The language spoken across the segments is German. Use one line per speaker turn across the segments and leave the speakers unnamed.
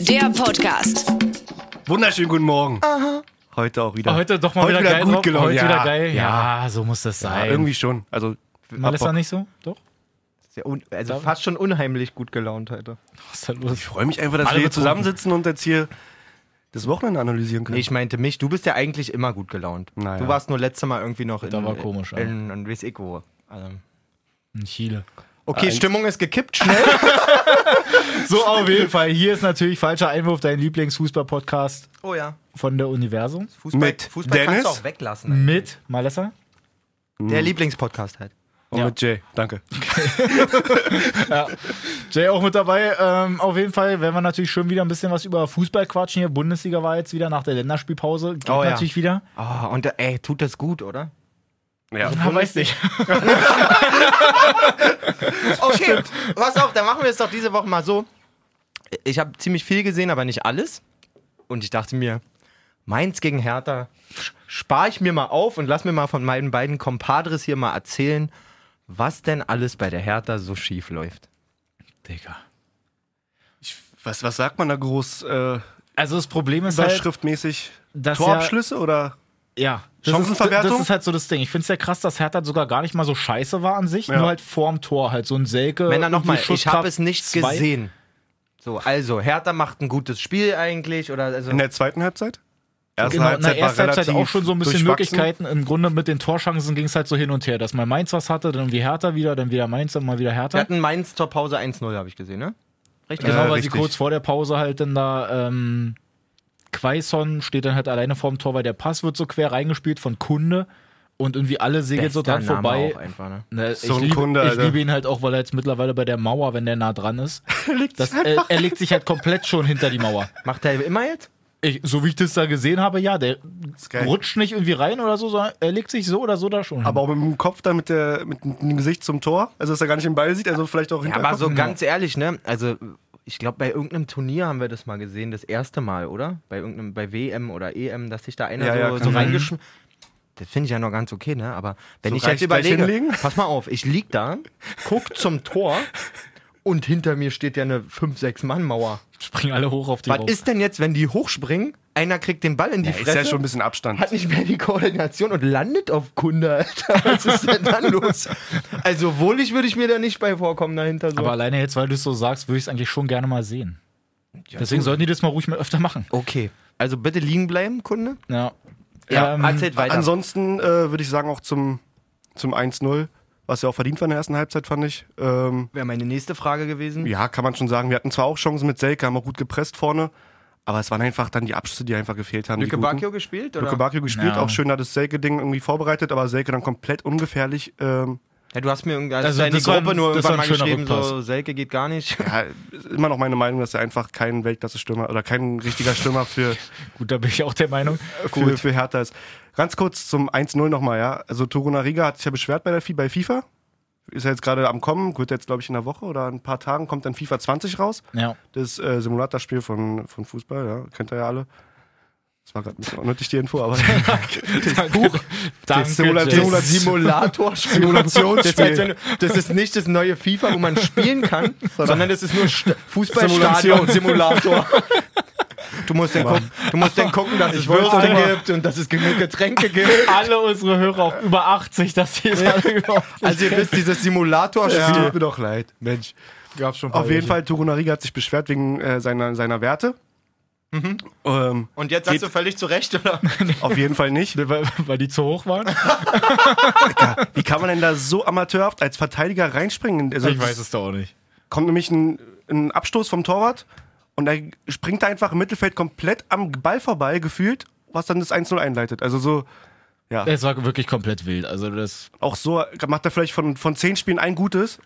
Der Podcast.
Wunderschönen guten Morgen. Heute auch wieder.
Ah, Heute doch mal
Heute
wieder, geil.
gut
drauf.
gelaunt.
Heute
ja,
wieder geil.
Ja,
Ja, so muss das sein.
irgendwie schon. Also,
Mal ist
hab-
er nicht so? Doch?
Sehr un also fast schon unheimlich gut gelaunt heute.
Was ist da los?
ich freue mich einfach, dass
Alle
wir hier
betrunken.
zusammensitzen und jetzt hier das Wochenende analysieren können.
Nee, ich meinte mich, du bist ja eigentlich immer gut gelaunt.
Naja.
Du warst nur letztes Mal irgendwie noch in,
Da war komisch, ja.
in, in, in weiß ich wo. Also.
In Chile.
Okay, Stimmung ist gekippt, schnell.
So, auf jeden Fall. Hier ist natürlich falscher Einwurf, dein Lieblingsfußball-Podcast
oh ja.
von der Universum.
Fußball,
Mit
Fußball kannst du
Dennis? Mhm.
auch weglassen.
Mit Malessa.
Der Lieblingspodcast halt.
und
ja.
mit Jay, danke.
Jay auch mit dabei. Ähm, auf jeden Fall werden wir natürlich schon wieder ein bisschen was über Fußball quatschen. Hier, Bundesliga war jetzt wieder nach der Länderspielpause. Geht
Oh ja.
natürlich wieder.
Oh, und da, ey, tut das gut, oder?
Ja.
Na, weiß nicht.
Okay, Oh, pass auf, dann machen wir es doch diese Woche mal so. Ich habe ziemlich viel gesehen, aber nicht alles. Und ich dachte mir, Mainz gegen Hertha spare ich mir mal auf und lass mir mal von meinen beiden Compadres hier mal erzählen, was denn alles bei der Hertha so schief läuft.
Digga.
Ich, was, was sagt man da groß? Äh,
Also das Problem ist halt,
Überschriftmäßig
dass ja,
Torabschlüsse oder?
Ja, das
Chancenverwertung?
Ist, das ist halt so das Ding. Ich finde es ja krass, dass Hertha sogar gar nicht mal so scheiße war an sich,
Ja.
nur halt vorm Tor halt so ein Selke.
Männer
irgendwie
nochmal, ich
Schusskraft
habe es nicht
zwei.
gesehen. So, also, Hertha macht ein gutes Spiel eigentlich oder also
In der zweiten Halbzeit? Erste
Genau, in der ersten
war halt
Halbzeit auch
relativ
schon so ein bisschen
durchwachsen.
Möglichkeiten. Im Grunde mit den Torchancen ging es halt so hin und her, dass mal Mainz was hatte, dann wie Hertha wieder, dann wieder Mainz, dann mal wieder
wir
Hertha.
hatten Mainz zur Pause 1-0, habe ich gesehen, ne? Richtig.
genau,
äh,
weil sie
richtig.
kurz vor der Pause halt dann da ähm, Quaison steht dann halt alleine vorm Tor, weil der Pass wird so quer reingespielt von Kunde und irgendwie alle segeln so dran vorbei.
Auch einfach, ne?
Ne,
So
ich
ein
liebe,
Kunde,
ich
Alter.
liebe ihn halt auch, weil er jetzt mittlerweile bei der Mauer, wenn der nah dran ist, das, er, er legt sich halt komplett schon hinter die Mauer.
Macht er immer jetzt?
Ich, so wie ich das da gesehen habe, ja, der
Ist geil.
äh, rutscht nicht irgendwie rein oder so, sondern er legt sich so oder so da schon. hin.
Aber auch mit dem Kopf dann mit, der, mit dem Gesicht zum Tor. Also, dass er gar nicht den Ball sieht, also vielleicht auch
Ja,
hinter.
aber
Hm.
so ganz ehrlich, ne? Also, ich glaube, bei irgendeinem Turnier haben wir das mal gesehen, das erste Mal, oder? Bei irgendeinem, bei WM oder EM, dass sich da einer
Ja, ja,
so,
kann
so
sein.
reingeschmissen. Das finde ich ja noch ganz okay, ne? Aber wenn
So
ich
kann
jetzt
ich gleich
überlege,
hinlegen?
pass mal auf, ich lieg da, guck zum Tor und hinter mir steht ja eine 5-6-Mann-Mauer.
springen alle hoch auf die
Was
Mauer.
ist denn jetzt, wenn die hochspringen, einer kriegt den Ball in die
ja, ist
Fresse,
ja schon ein bisschen Abstand.
hat nicht mehr die Koordination und landet auf Kunde, Alter. Was ist denn dann los? Also wohlig würde ich mir da nicht bei vorkommen dahinter so.
Aber alleine jetzt, weil du es so sagst, würde ich es eigentlich schon gerne mal sehen. Deswegen sollten die das mal ruhig mal öfter machen.
Okay. Also bitte liegen bleiben, Kunde.
Ja. Ähm,
Ansonsten äh, würde ich sagen, auch zum, zum 1-0, was ja auch verdient war in der ersten Halbzeit, fand ich. Ähm,
Wäre meine nächste Frage gewesen.
ja, kann man schon sagen, wir hatten zwar auch Chancen mit Selke, haben auch gut gepresst vorne, aber es waren einfach dann die Abschlüsse, die einfach gefehlt haben. die
Lücke
guten.
Bakio gespielt? Oder?
Luke Bakio gespielt,
Ja.
auch schön hat das Selke-Ding irgendwie vorbereitet, aber Selke dann komplett ungefährlich. Ähm,
ja, du hast mir irgendwie also
Also
deine
das war ein-
Gruppe nur
das war
irgendwann
ein
mal
schöner
geschrieben, so
Rückpass.
Selke geht gar nicht.
ja, ist immer noch meine Meinung, dass er einfach kein Weltklasse-Stürmer oder kein richtiger Stürmer für,
gut, da bin ich auch der Meinung.
für, für Hertha ist. Ganz kurz zum 1-0 nochmal, ja. Also Toruna Riga hat sich ja beschwert bei, der, Fi- bei FIFA. Ist ja jetzt gerade am Kommen, wird jetzt, glaube ich, in der Woche oder in ein paar Tagen kommt dann FIFA 20 raus.
Ja.
Das äh, Simulatorspiel von, von Fußball, ja, kennt ihr ja alle. Das war gerade ein bisschen unnötig, die Info, aber
Danke, Danke,
Simula-
Jay.
Simula-
Simulator das, heißt, wenn du- das ist nicht das neue FIFA, wo man spielen kann, sondern das ist nur St- Fußballstadion Simulator. Du musst denn gucken, du musst denn gucken, dass es Würste gibt und dass es genug Getränke gibt.
alle unsere Hörer auch über 80, dass sie es alle überhaupt
Also ihr wisst, dieses Simulatorspiel.
es tut mir doch leid.
Mensch.
gab schon
Auf jeden Fall, Torunariga hat sich beschwert wegen äh, seiner, seiner Werte. Ähm,
Und jetzt
sagst
sagst du völlig zu Recht, oder?
auf jeden Fall nicht.
Weil, weil die zu hoch waren?
Wie kann man denn da so amateurhaft als Verteidiger reinspringen? Also, das
es doch auch nicht.
Kommt nämlich ein, ein Abstoß vom Torwart und er springt da einfach im Mittelfeld komplett am Ball vorbei, gefühlt, was dann das 1-0 einleitet. Also so,
Es war wirklich komplett wild. Also das
auch so macht er vielleicht von, von zehn Spielen ein gutes.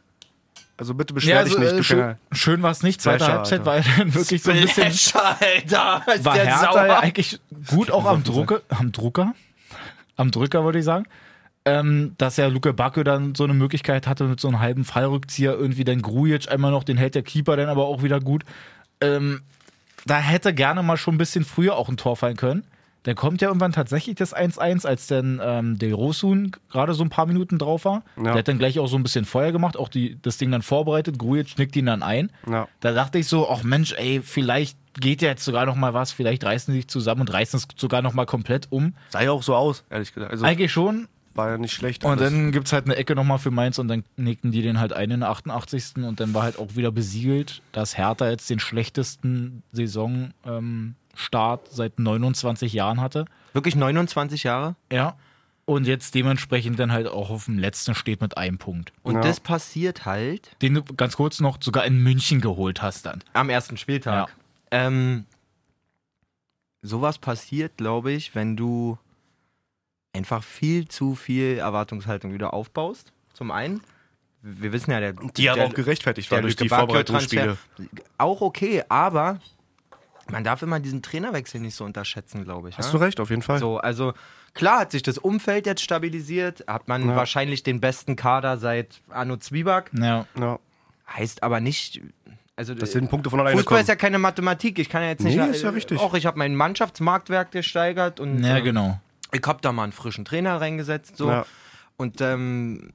Also bitte beschwer dich
also,
nicht,
äh,
du
schön,
Penner.
schön war es nicht. Zweite
Flasher,
Halbzeit
Alter.
war ja dann wirklich so ein bisschen.
Alter, ist
War
der
Hertha
sauer.
ja eigentlich gut auch am Drucke, am Drucker, am Drücker würde ich sagen. Ähm, dass ja Luke Backe dann so eine Möglichkeit hatte mit so einem halben Fallrückzieher, irgendwie dann Grujic einmal noch, den hält der Keeper dann aber auch wieder gut. Ähm, da hätte gerne mal schon ein bisschen früher auch ein Tor fallen können. Dann kommt ja irgendwann tatsächlich das 1-1, als dann ähm, Del Rosun gerade so ein paar Minuten drauf war. Der hat dann gleich auch so ein bisschen Feuer gemacht, auch die, das Ding dann vorbereitet. Grujic nickt ihn dann ein.
Ja.
Da dachte ich so, ach Mensch, ey, vielleicht geht ja jetzt sogar noch mal was. Vielleicht reißen sie sich zusammen und reißen es sogar noch mal komplett um.
Sah ja auch so aus, ehrlich gesagt. Also
Eigentlich schon.
war ja nicht schlecht.
Und
alles.
dann gibt es halt eine Ecke noch mal für Mainz und dann nickten die den halt ein in der 88. Und dann war halt auch wieder besiegelt, dass Hertha jetzt den schlechtesten Saisonstart ähm, Start seit 29 Jahren hatte.
Wirklich 29 Jahre?
Ja. Und jetzt dementsprechend dann halt auch auf dem letzten steht mit einem Punkt.
Und
Ja.
das passiert halt
Den du ganz kurz noch sogar in München geholt hast dann.
am ersten Spieltag.
Ja.
Ähm, sowas passiert, glaube ich, wenn du einfach viel zu viel Erwartungshaltung wieder aufbaust. Zum einen, wir wissen ja, der,
die aber
der,
auch gerechtfertigt
der
war durch
Lücke
die
Bakio-Transfer-
Vorbereitungsspiele.
Auch okay, aber man darf immer diesen Trainerwechsel nicht so unterschätzen, glaube ich.
Hast
ja?
du recht, auf jeden Fall.
So, also klar hat sich das Umfeld jetzt stabilisiert, hat man
Ja.
wahrscheinlich den besten Kader seit Arno Zwieback.
Ja.
Ja.
Heißt aber nicht, also
Das sind Punkte von alleine
Fußball
kommen.
ist ja keine Mathematik. Ich kann ja jetzt nicht.
Nee, ist ja richtig.
Auch ich habe mein Mannschaftsmarktwerk gesteigert und
Ja,
äh,
genau.
ich habe da mal einen frischen Trainer reingesetzt. So.
Ja.
Und ähm,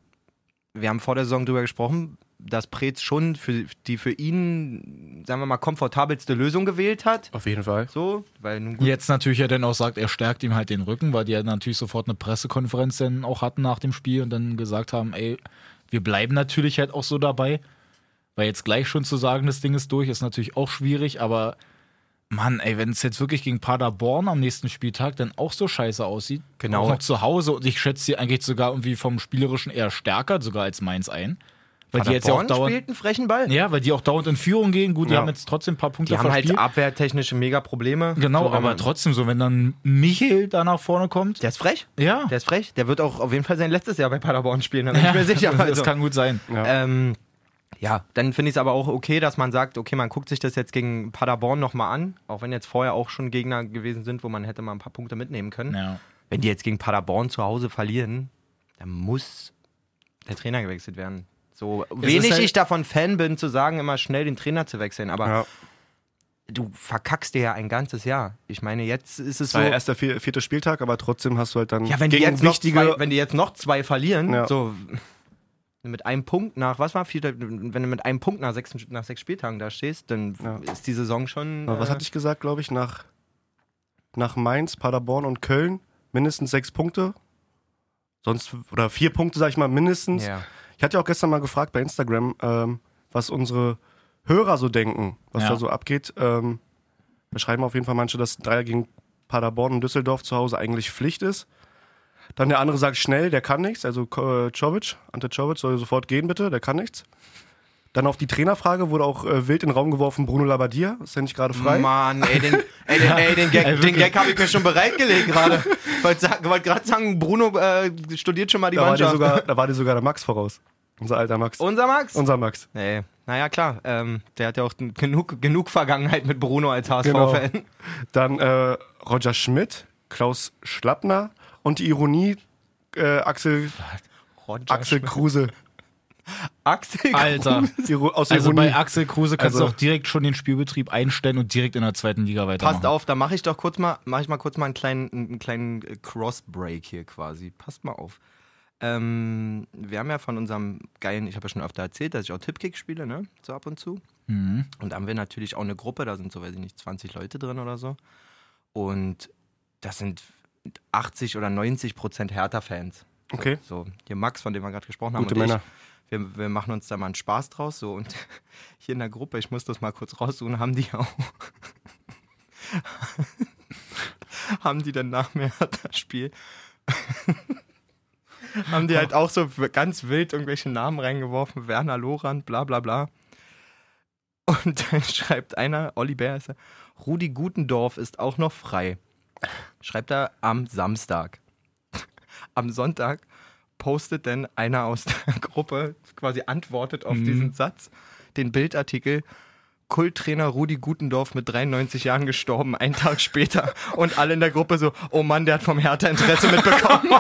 wir haben vor der Saison drüber gesprochen, dass Preetz schon für die für ihn, sagen wir mal, komfortabelste Lösung gewählt hat.
Auf jeden Fall.
So, weil nun gut.
Jetzt natürlich ja dann auch sagt, er stärkt ihm halt den Rücken, weil die ja natürlich sofort eine Pressekonferenz dann auch hatten nach dem Spiel und dann gesagt haben, ey, wir bleiben natürlich halt auch so dabei. Weil jetzt gleich schon zu sagen, das Ding ist durch, ist natürlich auch schwierig, aber Mann, ey, wenn es jetzt wirklich gegen Paderborn am nächsten Spieltag dann auch so scheiße aussieht,
Genau.
auch noch zu Hause und ich schätze sie eigentlich sogar irgendwie vom Spielerischen eher stärker sogar als Mainz ein. Weil die jetzt ja auch
Paderborn
dauernd.
spielt einen frechen Ball.
Ja, weil die auch dauernd in Führung gehen. Gut, die
Ja.
haben jetzt trotzdem ein paar Punkte
Die haben halt
verspielt.
abwehrtechnische Mega-Probleme.
Genau,
So, wenn
aber
man-
trotzdem so, wenn dann Michel da nach vorne kommt.
Der ist frech.
Ja,
Der ist frech. Der wird auch auf jeden Fall sein letztes Jahr bei Paderborn spielen, da bin
ja
ich mir sicher.
das,
Also,
kann gut sein.
Ja.
ähm, ja, dann finde ich es aber auch okay, dass man sagt, okay, man guckt sich das jetzt gegen Paderborn nochmal an, auch wenn jetzt vorher auch schon Gegner gewesen sind, wo man hätte mal ein paar Punkte mitnehmen können.
Ja.
Wenn die jetzt gegen Paderborn zu Hause verlieren, dann muss der Trainer gewechselt werden. So wenig
halt-
ich davon Fan bin, zu sagen, immer schnell den Trainer zu wechseln, aber
ja.
du verkackst dir ja ein ganzes Jahr. Ich meine, jetzt ist es
War ja
so.
erst der vier- vierte Spieltag, aber trotzdem hast du halt dann
Ja, wenn die,
gegen
jetzt noch
wichtige.
zwei, wenn die jetzt noch zwei verlieren,
Ja.
so mit einem Punkt nach, was war vierter, wenn du mit einem Punkt nach sechs, nach sechs Spieltagen da stehst, dann
Ja.
ist die Saison schon.
was hatte ich gesagt, glaube ich, nach, nach Mainz, Paderborn und Köln mindestens sechs Punkte. Sonst, oder vier Punkte, sag ich mal, mindestens.
äh, Ja.
Ich hatte ja auch gestern mal gefragt bei Instagram, ähm, was unsere Hörer so denken, was
Ja.
da so abgeht. Ähm, da schreiben auf jeden Fall manche, dass Dreier gegen Paderborn und Düsseldorf zu Hause eigentlich Pflicht ist. Dann der andere sagt schnell, der kann nichts. Also äh, Czovic, Ante Czovic soll sofort gehen bitte, der kann nichts. Dann auf die Trainerfrage wurde auch äh, wild in den Raum geworfen, Bruno Labbadia, ist ja nicht gerade frei.
Mann, ey, den, ey, den, ey, den Gag,
ey,
den
wirklich.
Gag habe ich mir schon bereitgelegt gerade. Ich wollte wollt gerade sagen, Bruno äh, studiert schon mal die
da, war dir
Mannschaft.
sogar, da war dir sogar der Max voraus. Unser alter Max.
Unser Max?
Unser Max.
nee, naja, klar. Ähm, der hat ja auch genug, genug Vergangenheit mit Bruno als
Genau.
HSV-Fan.
Dann äh, Roger Schmidt, Klaus Schlappner und die Ironie äh, Axel,
Roger
Axel Kruse.
Axel
Alter.
Die Ru- Aus
Also
Ironie.
bei Axel Kruse kannst
Also-
du auch direkt schon den Spielbetrieb einstellen und direkt in der zweiten Liga weitermachen.
Passt auf, da mache ich doch kurz mal, mache ich mal kurz mal einen kleinen, einen kleinen äh, Crossbreak hier quasi. Passt mal auf. Ähm, wir haben ja von unserem geilen, ich habe ja schon öfter erzählt, dass ich auch Tippkick spiele, ne? So ab und zu.
Mhm.
Und da haben wir natürlich auch eine Gruppe, da sind so, weiß ich nicht, 20 Leute drin oder so. Und das sind 80 oder 90 Prozent Hertha-Fans.
Okay.
So, hier Max, von dem wir gerade gesprochen haben.
Gute
und
Männer.
Ich, wir, wir machen uns da mal einen Spaß draus. So, und hier in der Gruppe, ich muss das mal kurz raussuchen, haben die auch. haben die dann nach mir das Spiel. haben die halt auch so ganz wild irgendwelche Namen reingeworfen. Werner Lorand, bla bla bla. Und dann schreibt einer, Olli Bär ist er, Rudi Gutendorf ist auch noch frei. Schreibt er am Samstag. Am Sonntag postet denn einer aus der Gruppe, quasi antwortet auf diesen Satz, den Bildartikel. Kulttrainer Rudi Gutendorf mit 93 Jahren gestorben, einen Tag später. Und alle in der Gruppe so, oh Mann, der hat vom Hertha Interesse mitbekommen.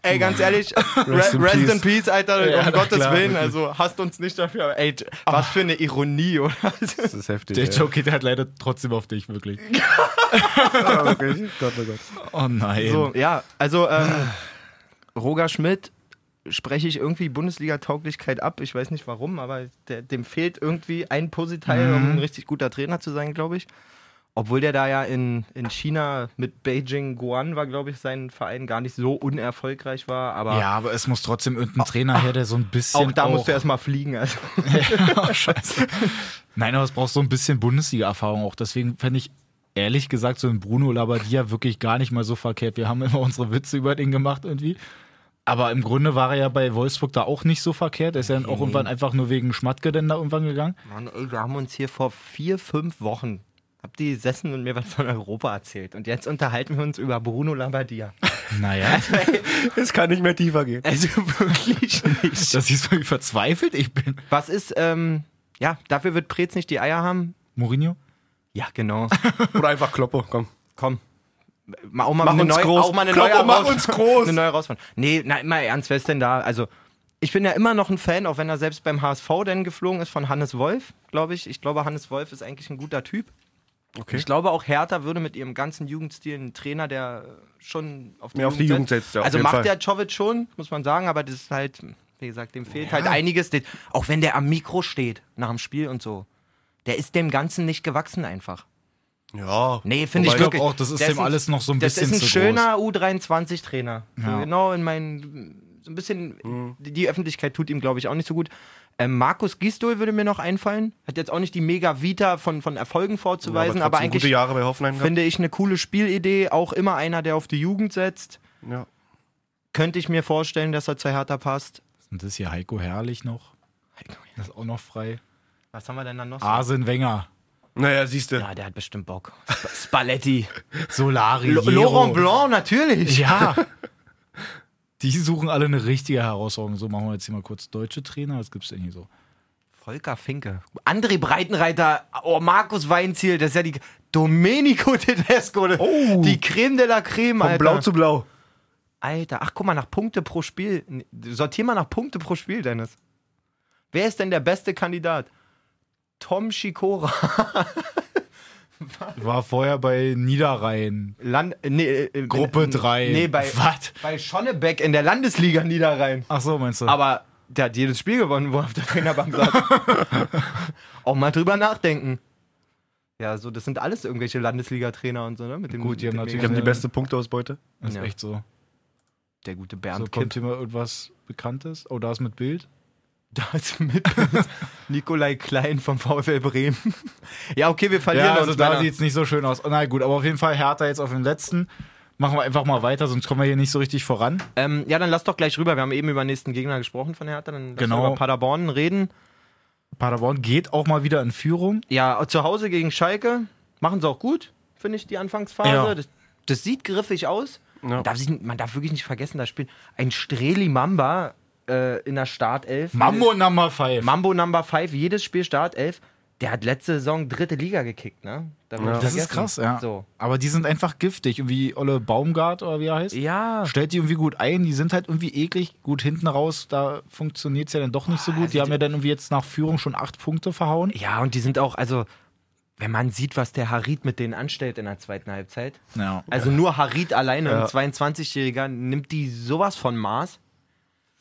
Ey, ganz ehrlich, rest,
in
in,
peace.
rest peace. in Peace, Alter,
Ja,
um Gottes
klar,
Willen.
wirklich.
Also hasst uns nicht dafür. aber Ey, was für eine Ironie, oder?
Das ist heftig.
Der
ey.
Joke geht halt leider trotzdem auf dich, wirklich.
Ja, wirklich. Gott, oh Gott.
Oh nein.
So, ja, also ähm, Roger Schmidt, spreche ich irgendwie Bundesliga-Tauglichkeit ab. Ich weiß nicht warum, aber der, dem fehlt irgendwie ein Puzzleteil,
Mhm.
um ein richtig guter Trainer zu sein, glaube ich. Obwohl der da ja in, in China mit Beijing Guan war, glaube ich, sein Verein gar nicht so unerfolgreich war. Aber
Ja, aber es muss trotzdem irgendein Trainer her, der so ein bisschen.
auch da musst du erstmal fliegen. Also.
oh, scheiße. Nein, aber es braucht so ein bisschen Bundesliga-Erfahrung auch. Deswegen fände ich ehrlich gesagt so ein Bruno Labbadia wirklich gar nicht mal so verkehrt. Wir haben immer unsere Witze über den gemacht irgendwie. Aber im Grunde war er ja bei Wolfsburg da auch nicht so verkehrt. Er ist ja dann auch irgendwann einfach nur wegen Schmatke denn da irgendwann gegangen.
Mann, ey, wir haben uns hier vor vier, fünf Wochen, habt ihr gesessen und mir was von Europa erzählt. Und jetzt unterhalten wir uns über Bruno Labbadia.
Naja,
Es kann nicht mehr tiefer gehen.
Also wirklich nicht.
das siehst du, wie verzweifelt ich bin.
Was ist, ähm, ja, dafür wird Preetz nicht die Eier haben.
Mourinho?
Ja, genau.
Oder einfach Kloppe, komm.
Komm. Mal- Auch mal,
Mach
eine
uns
neue,
groß.
Auch mal eine
Klopp,
neue
mach
Heraus-
uns groß.
Eine neue Herausforderung. Nee, nein, mal ernst, wer ist denn da? Also, ich bin ja immer noch ein Fan, auch wenn er selbst beim HSV dann geflogen ist, von Hannes Wolf, glaube ich. Ich glaube, Hannes Wolf ist eigentlich ein guter Typ.
Okay.
Ich glaube, auch Hertha würde mit ihrem ganzen Jugendstil einen Trainer, der schon auf die,
Mehr auf die Jugend setzt, ja, auf
also
jeden
macht
Fall.
der Czovic schon, muss man sagen, aber das ist halt, wie gesagt, dem fehlt halt einiges. Den- Auch wenn der am Mikro steht, nach dem Spiel und so. Der ist dem Ganzen nicht gewachsen einfach.
Ja.
Nee,
Wobei-
finde ich
Ich glaub
wirklich.
auch, das ist dem
ein-
alles noch so ein
das
bisschen
ist ein
zu
schöner U23-Trainer.
Ja.
So genau in meinen. So ein bisschen. Die, die Öffentlichkeit tut ihm, glaube ich, auch nicht so gut. Ähm, Markus Gisdol würde mir noch einfallen. Hat jetzt auch nicht die mega Vita von, von Erfolgen vorzuweisen,
trotzdem
aber,
Gute
eigentlich
Jahre bei Hoffenheim gehabt.
finde ich eine coole Spielidee. Auch immer einer, der auf die Jugend setzt.
Ja.
Könnte ich mir vorstellen, dass er zu Hertha passt.
Und das ist hier Heiko Herrlich noch. Das ist auch noch frei.
Was haben wir denn dann noch? so?
Arsene Wenger.
Naja, siehst du.
Ja, der hat bestimmt Bock. Sp- Spalletti.
Solari.
L- Laurent Blanc, natürlich.
Ja. Die suchen alle eine richtige Herausforderung. So machen wir jetzt hier mal kurz deutsche Trainer. Was gibt's denn hier so?
Volker Finke. André Breitenreiter, oh, Markus Weinziel, das ist ja die. Domenico Tedesco, die Creme de la Creme,
Von
Alter.
blau zu blau.
Alter, ach guck mal, nach Punkte pro Spiel. Nee, Sortier mal nach Punkte pro Spiel, Dennis. Wer ist denn der beste Kandidat? Tom Schikora.
War vorher bei Niederrhein.
Land, nee, äh,
Gruppe
äh,
3.
Nee, bei,
Was?
bei Schonnebeck in der Landesliga Niederrhein.
Ach so, meinst du?
Aber der hat jedes Spiel gewonnen, wo er auf der Trainerbank saß. Auch mal drüber nachdenken. Ja, so, das sind alles irgendwelche Landesliga-Trainer und so, ne? Mit dem,
Gut, die haben
mit dem
natürlich-
Die haben die beste Punkteausbeute.
Das ist
ja.
echt so.
Der gute
So
Bernd
kommt
Kipp.
hier mal irgendwas Bekanntes. Oh, da ist mit Bild.
Da ist mit Nikolai Klein vom VfL Bremen. ja, okay, wir verlieren
Ja, also
uns.
da
Männer.
sieht es nicht so schön aus. Oh, na gut, aber auf jeden Fall Hertha jetzt auf den letzten. Machen wir einfach mal weiter, sonst kommen wir hier nicht so richtig voran.
ähm, ja, dann lass doch gleich rüber. Wir haben eben über den nächsten Gegner gesprochen von Hertha. Dann lass
Genau.
wir über Paderborn reden.
Paderborn geht auch mal wieder in Führung.
Ja, zu Hause gegen Schalke. Machen sie auch gut, finde ich, die Anfangsphase.
Ja.
Das, das sieht griffig aus.
Ja.
Man, darf sich, man darf wirklich nicht vergessen, da spielt ein Streli Mamba äh, in der Startelf.
Mambo Number 5.
Mambo Number 5, jedes Spiel Startelf. Der hat letzte Saison dritte Liga gekickt, ne? Darf man nicht
das ist
vergessen.
krass, ja.
So.
Aber die sind einfach giftig. Und wie Olle Baumgart oder wie er heißt.
Ja.
stellt die irgendwie gut ein. Die sind halt irgendwie eklig. Gut, hinten raus, da funktioniert es ja dann doch nicht so gut. Ah, also Die haben ja dann irgendwie jetzt nach Führung schon acht Punkte verhauen.
Ja, und die sind auch, also, wenn man sieht, was der Harit mit denen anstellt in der zweiten Halbzeit.
Ja.
Also nur Harit alleine,
Ja.
ein 22-Jähriger, nimmt die sowas von Maß.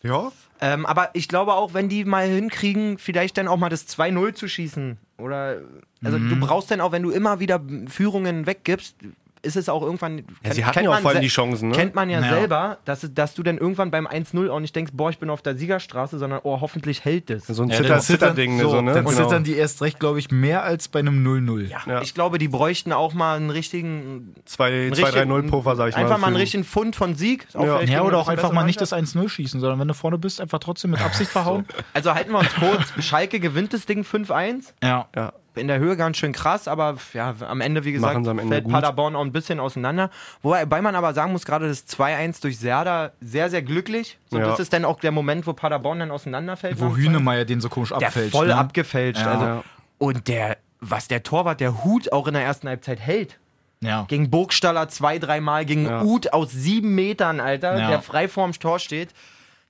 Ja.
Ähm, aber ich glaube auch, wenn die mal hinkriegen, vielleicht dann auch mal das 2-0 zu schießen. Oder, also
Mhm.
du brauchst dann auch, wenn du immer wieder Führungen weggibst, ist es auch irgendwann.
ja
kenn-
sie hatten
kennt
ja auch
man
vor allem
se-
die Chancen, ne?
Kennt man ja
Ja.
selber, dass, es- dass du dann irgendwann beim 1-0 auch nicht denkst, boah, ich bin auf der Siegerstraße, sondern oh, hoffentlich hält es.
so ein
Ja,
Zitter,
dann zittern-
Zitterding, ne,
so,
so, ne?
Dann
Genau.
zittern die erst recht, glaube ich, mehr als bei einem 0-0.
Ja,
Ja.
ich glaube, die bräuchten auch mal einen richtigen,
Zwei,
einen
zwei, drei
richtigen-
Null-Puffer, sag ich
einfach mal
mal.
einen
für-
richtigen Pfund von Sieg. Auch
Ja.
vielleicht
Ja,
gegen
oder
eine
auch einfach
bessere
mal nicht das
Mannschaft.
1-0 schießen, sondern wenn du vorne bist, einfach trotzdem mit Absicht verhauen.
Also halten wir uns kurz. Schalke gewinnt das Ding 5-1.
Ja.
Ja.
In der Höhe ganz schön krass, aber ja, am Ende, wie gesagt,
Machen sie am Ende
fällt
gut.
Paderborn auch ein bisschen auseinander. Wobei man aber sagen muss, gerade das 2-1 durch Serda sehr, sehr glücklich. So,
Ja.
Das ist dann auch der Moment, wo Paderborn dann auseinanderfällt. ne?
Wo Hühnemeier den so komisch
der
abfällt.
voll
ne?
abgefälscht.
Ja.
Also.
Ja.
Und der, was der Torwart, der Hut auch in der ersten Halbzeit hält.
ja.
Gegen Burgstaller zwei, dreimal, gegen
Ja.
Uth aus sieben Metern, Alter,
Ja.
der frei vorm Tor steht.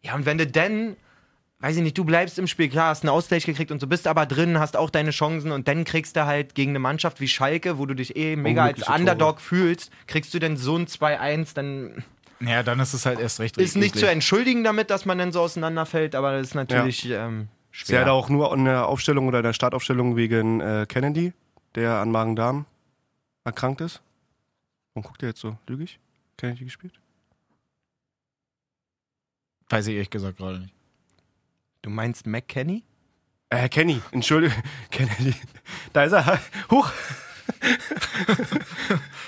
Ja, und wenn du dann, weiß ich nicht, du bleibst im Spiel, klar, hast einen Ausgleich gekriegt und so bist aber drin, hast auch deine Chancen und dann kriegst du halt gegen eine Mannschaft wie Schalke, wo du dich eh mega als
Unglückliche
Underdog fühlst, kriegst du dann so ein 2-1, dann
Naja, dann ist es halt erst recht
Ist nicht zu
eklig.
entschuldigen damit, dass man dann so auseinanderfällt, aber das ist natürlich ähm,
Sie hatte
schwer.
auch nur in der Aufstellung oder in der Startaufstellung wegen äh, Kennedy, der an Magen-Darm erkrankt ist. Warum guckt ihr jetzt so? Lüge ich? Kennedy gespielt?
Weiß ich ehrlich gesagt gerade nicht.
Du meinst McKenny?
Äh, Kenny, Entschuldigung. Kennedy. Da ist er. Huch.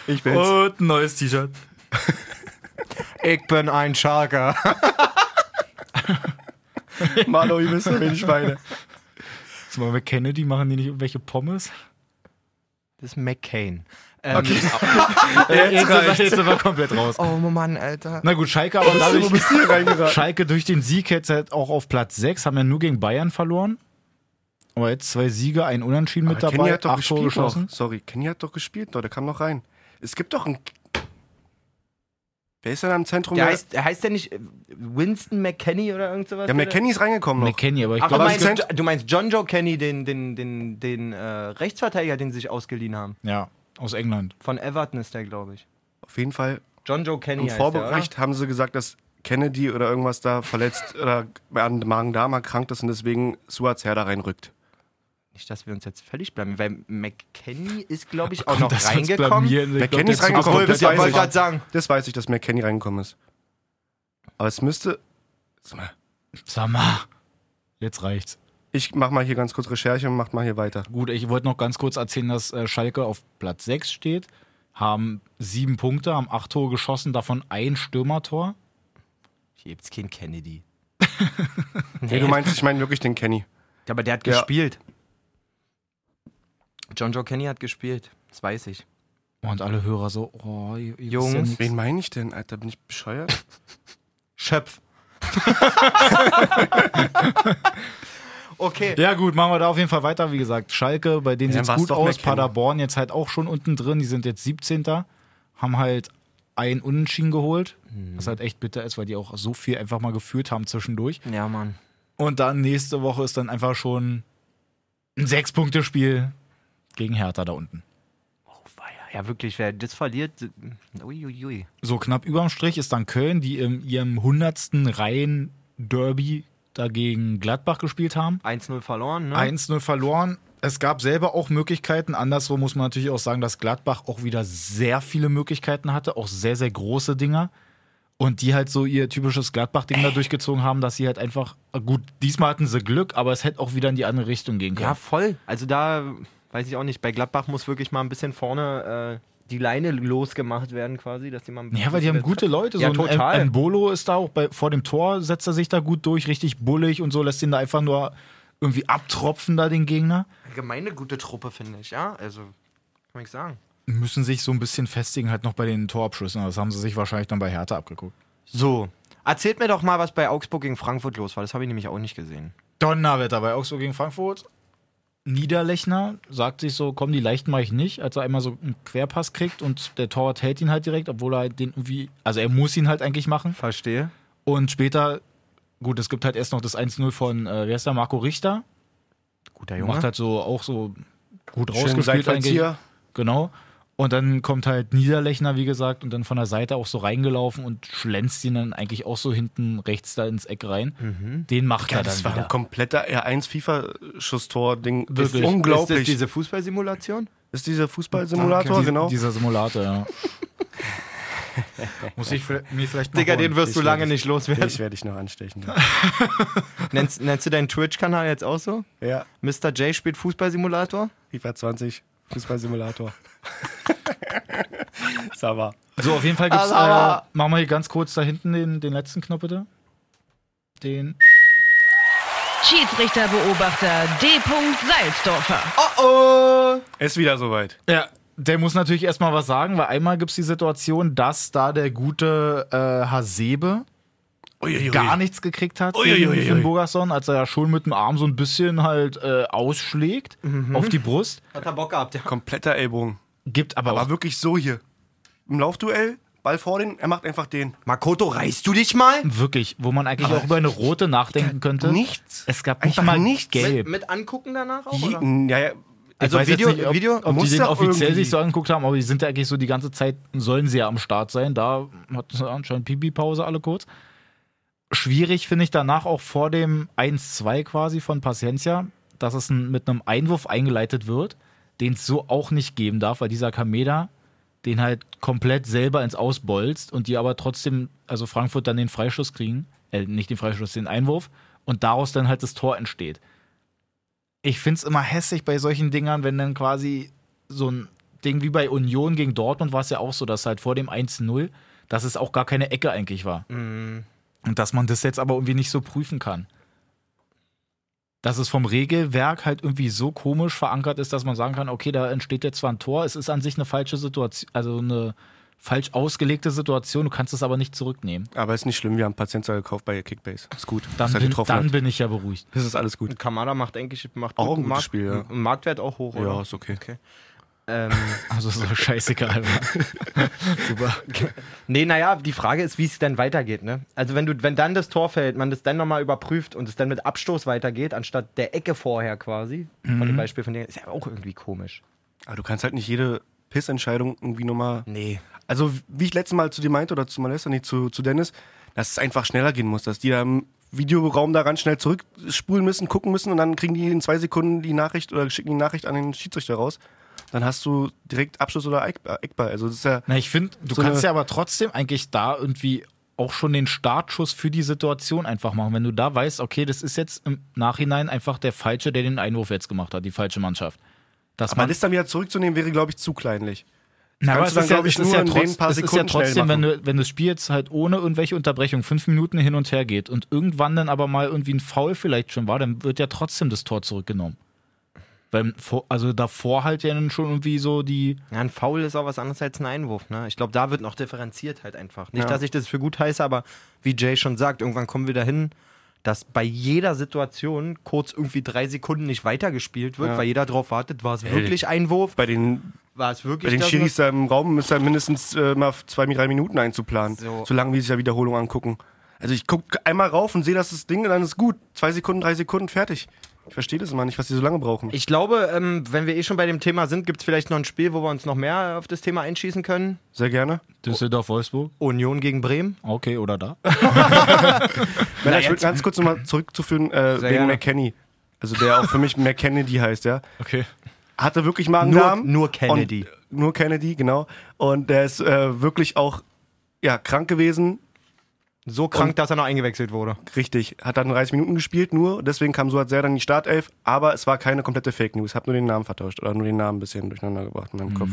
ich bin's.
Und ein neues T-Shirt.
Ich bin ein Schalker.
Marlo, ihr wisst, wen ich meine.
Zumal wir Kennedy machen die nicht irgendwelche Pommes.
Das ist McCain. Ähm,
Äh, jetzt, sind wir- jetzt sind wir komplett raus.
Oh Mann, Alter.
Na gut, Schalke, aber
Wo
dadurch,
bist du hier reingeraten?
Schalke durch den Sieg jetzt halt auch auf Platz 6, haben ja nur gegen Bayern verloren. Aber jetzt zwei Siege, ein Unentschieden mit
Kenny
dabei,
hat doch
acht Tore
gespielt noch.
geschossen.
Sorry, Kenny hat doch gespielt noch. Der kam noch rein. Es gibt doch ein... Wer ist denn am Zentrum?
Der heißt, der heißt der nicht äh, Winston McKenny oder irgend sowas?
ja, McKenny ist reingekommen noch.
McKenny, aber ich
Ach, du
glaube,
Aber
es
meinst,
gibt-
es
du meinst John Joe Kenny, den, den, den, den äh, Rechtsverteidiger, den sie sich ausgeliehen haben.
ja, aus England.
Von Everton ist der, glaube ich.
Auf jeden Fall
John Joe Kenny
Im
heißt
Vorbericht haben sie gesagt, dass Kennedy oder irgendwas da verletzt oder an Magen-Darm erkrankt ist und deswegen Suarez her da reinrückt.
Der, oder? Nicht, dass wir uns jetzt völlig bleiben, weil McKenny ist, glaube ich, auch
Kommt
noch
das jetzt
reingekommen.
blamieren? Ich
Wer
glaub,
Kenny ist
der Zug
reingekommen?
komplett
Das weiß
abgefahren.
ich.
grad sagen.
Das weiß ich, dass mehr Kenny reingekommen ist. Aber es müsste. Sag mal,
Sag mal, jetzt reicht's.
Ich mach mal hier ganz kurz Recherche und mach mal hier weiter.
Gut, ich wollte noch ganz kurz erzählen, dass äh, Schalke auf Platz 6 steht, haben sieben Punkte, haben acht Tore geschossen, davon ein Stürmertor.
Hier gibt's keinen Kennedy.
Nee, du meinst, ich meine wirklich den Kenny.
Ja, aber der hat
Ja.
gespielt. John Joe Kenny hat gespielt. Das weiß ich.
Und alle Hörer so, oh, ihr, ihr
Jungs.
wisst ja
Wen meine ich denn, Alter? Bin ich bescheuert?
Schöpf. okay.
Ja, gut, machen wir da auf jeden Fall weiter. Wie gesagt, Schalke, bei denen
Ja,
sieht's
dann war's
gut
doch
aus.
McKenna.
Paderborn jetzt halt auch schon unten drin. Die sind jetzt 17. Haben halt ein Unentschieden geholt.
Mhm.
Was halt echt bitter ist, weil die auch so viel einfach mal geführt haben zwischendurch.
Ja, Mann.
Und dann nächste Woche ist dann einfach schon ein Sechs-Punkte-Spiel gegen Hertha da unten.
Ja, wirklich, wer das verliert. äh, Uiuiui.
So knapp überm Strich ist dann Köln, die in ihrem 100. Reihen-Derby dagegen Gladbach gespielt haben.
1-0 verloren, ne?
1-0 verloren. Es gab selber auch Möglichkeiten. Andersrum muss man natürlich auch sagen, dass Gladbach auch wieder sehr viele Möglichkeiten hatte, auch sehr, sehr große Dinger. Und die halt so ihr typisches Gladbach-Ding
Äh.
da durchgezogen haben, dass sie halt einfach, gut, diesmal hatten sie Glück, aber es hätte auch wieder in die andere Richtung gehen können.
Ja, voll. Also da weiß ich auch nicht. Bei Gladbach muss wirklich mal ein bisschen vorne äh, die Leine losgemacht werden, quasi, dass die mal ein
Ja, weil die haben gute Leute.
Ja,
so ein-
total.
Ein Bolo ist da auch bei, vor dem Tor, setzt er sich da gut durch, richtig bullig und so, lässt ihn da einfach nur irgendwie abtropfen, da den Gegner.
Gemeine gute Truppe, finde ich, ja. Also, kann ich sagen.
Müssen sich so ein bisschen festigen, halt noch bei den Torabschüssen. Das haben sie sich wahrscheinlich dann bei Hertha abgeguckt.
So. Erzählt mir doch mal, was bei Augsburg gegen Frankfurt los war. Das habe ich nämlich auch nicht gesehen.
Donnerwetter bei Augsburg gegen Frankfurt. Niederlechner sagt sich so, komm, die leichten mache ich nicht, als er einmal so einen Querpass kriegt und der Torwart hält ihn halt direkt, obwohl er den irgendwie, also er muss ihn halt eigentlich machen.
Verstehe.
Und später, gut, es gibt halt erst noch das 1-0 von, äh, wer ist der, Marco Richter.
Guter
Macht
Junge.
halt so auch so gut
Schön
rausgespielt eigentlich.
Seitfallzieher.
Genau. Und dann kommt halt Niederlechner, wie gesagt, und dann von der Seite auch so reingelaufen und schlänzt ihn dann eigentlich auch so hinten rechts da ins Eck rein. Den
Mhm.
macht
Ja,
er dann
das war
wieder.
ein kompletter R1-FIFA-Schusstor-Ding. Das ist
Wirklich.
Ist das
unglaublich.
diese Fußballsimulation?
ist dieser Fußballsimulator,
Dies-
genau.
Dieser Simulator, ja. Muss ich vielleicht- mir vielleicht mal
Digga,
holen.
den wirst du
Ich
lange
weiß.
nicht loswerden.
Ich werde dich noch anstechen.
Nennst, nennst du deinen Twitch-Kanal jetzt auch so?
ja,
Mr. J spielt Fußballsimulator?
FIFA 20, Fußballsimulator. Saba.
So, auf jeden Fall gibt's, äh,
Also, Aber-
machen wir hier ganz kurz da hinten den, den letzten Knopf bitte. Den.
Schiedsrichterbeobachter D. Salzdorfer.
Oh oh!
Ist wieder soweit.
Ja, der muss natürlich erstmal was sagen, weil einmal gibt es die Situation, dass da der gute äh, Hasebe
Uiuiui.
gar nichts gekriegt hat
Uiuiui.
gegen Finn Bogason, als er ja schon mit dem Arm so ein bisschen halt äh, ausschlägt
Mhm.
auf die Brust.
Hat er Bock gehabt, ja.
Kompletter Ellbogen.
Gibt aber,
War wirklich so hier. Im Laufduell, Ball vor den, er macht einfach den.
Makoto, reißt du dich mal?
wirklich, wo man eigentlich auch über eine rote nachdenken könnte.
Nichts.
Es gab nicht
Einfach
mal
nichts.
Gelb.
Mit angucken danach auch,
Je,
oder?
ja, ja,
Also
weiß jetzt
Video,
nicht, ob,
Video
ob
muss
die den
ja
offiziell
irgendwie-
sich so angeguckt haben, aber die sind ja eigentlich so die ganze Zeit, sollen sie ja am Start sein. Da hatten sie anscheinend Pipi-Pause alle kurz. Schwierig finde ich danach auch vor dem 1-2 quasi von Paciencia, dass es n- mit einem Einwurf eingeleitet wird, den es so auch nicht geben darf, weil dieser Kameda den halt komplett selber ins Ausbolzt und die aber trotzdem, also Frankfurt dann den Freistoß kriegen, äh, nicht den Freistoß, den Einwurf und daraus dann halt das Tor entsteht. Ich find's immer hässlich bei solchen Dingern, wenn dann quasi so ein Ding wie bei Union gegen Dortmund war es ja auch so, dass halt vor dem 1-0, dass es auch gar keine Ecke eigentlich war.
Mhm.
Und dass man das jetzt aber irgendwie nicht so prüfen kann. Dass es vom Regelwerk halt irgendwie so komisch verankert ist, dass man sagen kann, okay, da entsteht jetzt zwar ein Tor, es ist an sich eine falsche Situation, also eine falsch ausgelegte Situation, du kannst es aber nicht zurücknehmen.
Aber ist nicht schlimm, wir haben Patienza gekauft bei Kickbase. Ist gut.
Dann,
dass er
bin,
getroffen
dann
hat.
bin ich ja beruhigt.
Das ist alles gut.
Kamada macht eigentlich macht
Auch ein
guten
gutes Spiel, ja.
M- Marktwert auch hoch, oder?
Ja, ist okay.
Okay. Ähm,
Also so scheißegal. Super.
nee, naja, die Frage ist, wie es dann weitergeht, ne? Also wenn du, wenn dann das Tor fällt, man das dann nochmal überprüft und es dann mit Abstoß weitergeht, anstatt der Ecke vorher quasi, von dem Beispiel von dir, ist ja auch irgendwie komisch.
Aber du kannst halt nicht jede Pissentscheidung irgendwie nochmal.
Nee.
Also, wie ich letztes Mal zu dir meinte oder zu Malessa, nicht zu, zu Dennis, dass es einfach schneller gehen muss, dass die da im Videoraum da ganz schnell zurückspulen müssen, gucken müssen und dann kriegen die in zwei Sekunden die Nachricht oder schicken die Nachricht an den Schiedsrichter raus. Dann hast du direkt Abschluss oder Eck- äh, Eckball. Also, das ist ja.
Na, ich finde, du
So
kannst
eine-
ja aber trotzdem eigentlich da irgendwie auch schon den Startschuss für die Situation einfach machen. Wenn du da weißt, okay, das ist jetzt im Nachhinein einfach der Falsche, der den Einwurf jetzt gemacht hat, die falsche Mannschaft. Dass
Aber
man,
das dann wieder zurückzunehmen, wäre, glaube ich, zu kleinlich.
na, aber
kannst du dann, glaub ich,
es ist
nur
ja
in den
trotz-
paar
es ist ja
Sekunden schnell
trotzdem, wenn,
machen.
du, wenn das Spiel jetzt halt ohne irgendwelche Unterbrechung fünf Minuten hin und her geht und irgendwann dann aber mal irgendwie ein Foul vielleicht schon war, dann wird ja trotzdem das Tor zurückgenommen. Weil, vor- also davor halt ja dann schon irgendwie so die,
Ja, ein Foul ist auch was anderes als ein Einwurf, ne? Ich glaube, da wird noch differenziert halt einfach. Nicht,
Ja.
dass ich das für gut heiße, aber wie Jay schon sagt, irgendwann kommen wir dahin, dass bei jeder Situation kurz irgendwie drei Sekunden nicht weitergespielt wird,
Ja.
weil jeder drauf wartet, war es wirklich Einwurf,
Bei den,
war es wirklich
bei den
das und
Schiris da im Raum ist ja mindestens äh, mal zwei, drei Minuten einzuplanen.
So.
So. lange wie sich ja Wiederholung angucken. Also, ich gucke einmal rauf und sehe, dass das Ding, und dann ist gut. Zwei Sekunden, drei Sekunden, fertig. Ich verstehe das immer nicht, was die so lange brauchen.
Ich glaube, ähm, wenn wir eh schon bei dem Thema sind, gibt es vielleicht noch ein Spiel, wo wir uns noch mehr auf das Thema einschießen können.
Sehr gerne.
Düsseldorf-Wolfsburg,
Union gegen Bremen.
okay, oder da.
Männer, ich will ganz kurz nochmal zurückzuführen äh,
Sehr
wegen
gerne.
McKenny. Also der auch für mich McKennedy heißt, ja.
Okay.
Hatte wirklich Magen-Darm.
Nur- nur Kennedy.
Und, nur Kennedy, genau. Und der ist äh, wirklich auch ja, krank gewesen.
So krank,
Und-
dass er noch eingewechselt wurde.
Richtig. Hat dann 30 Minuten gespielt nur. Deswegen kam Suat Serdar in die Startelf. Aber es war keine komplette Fake News. Hab nur den Namen vertauscht. Oder nur den Namen ein bisschen durcheinander gebracht in meinem
Mhm.
Kopf.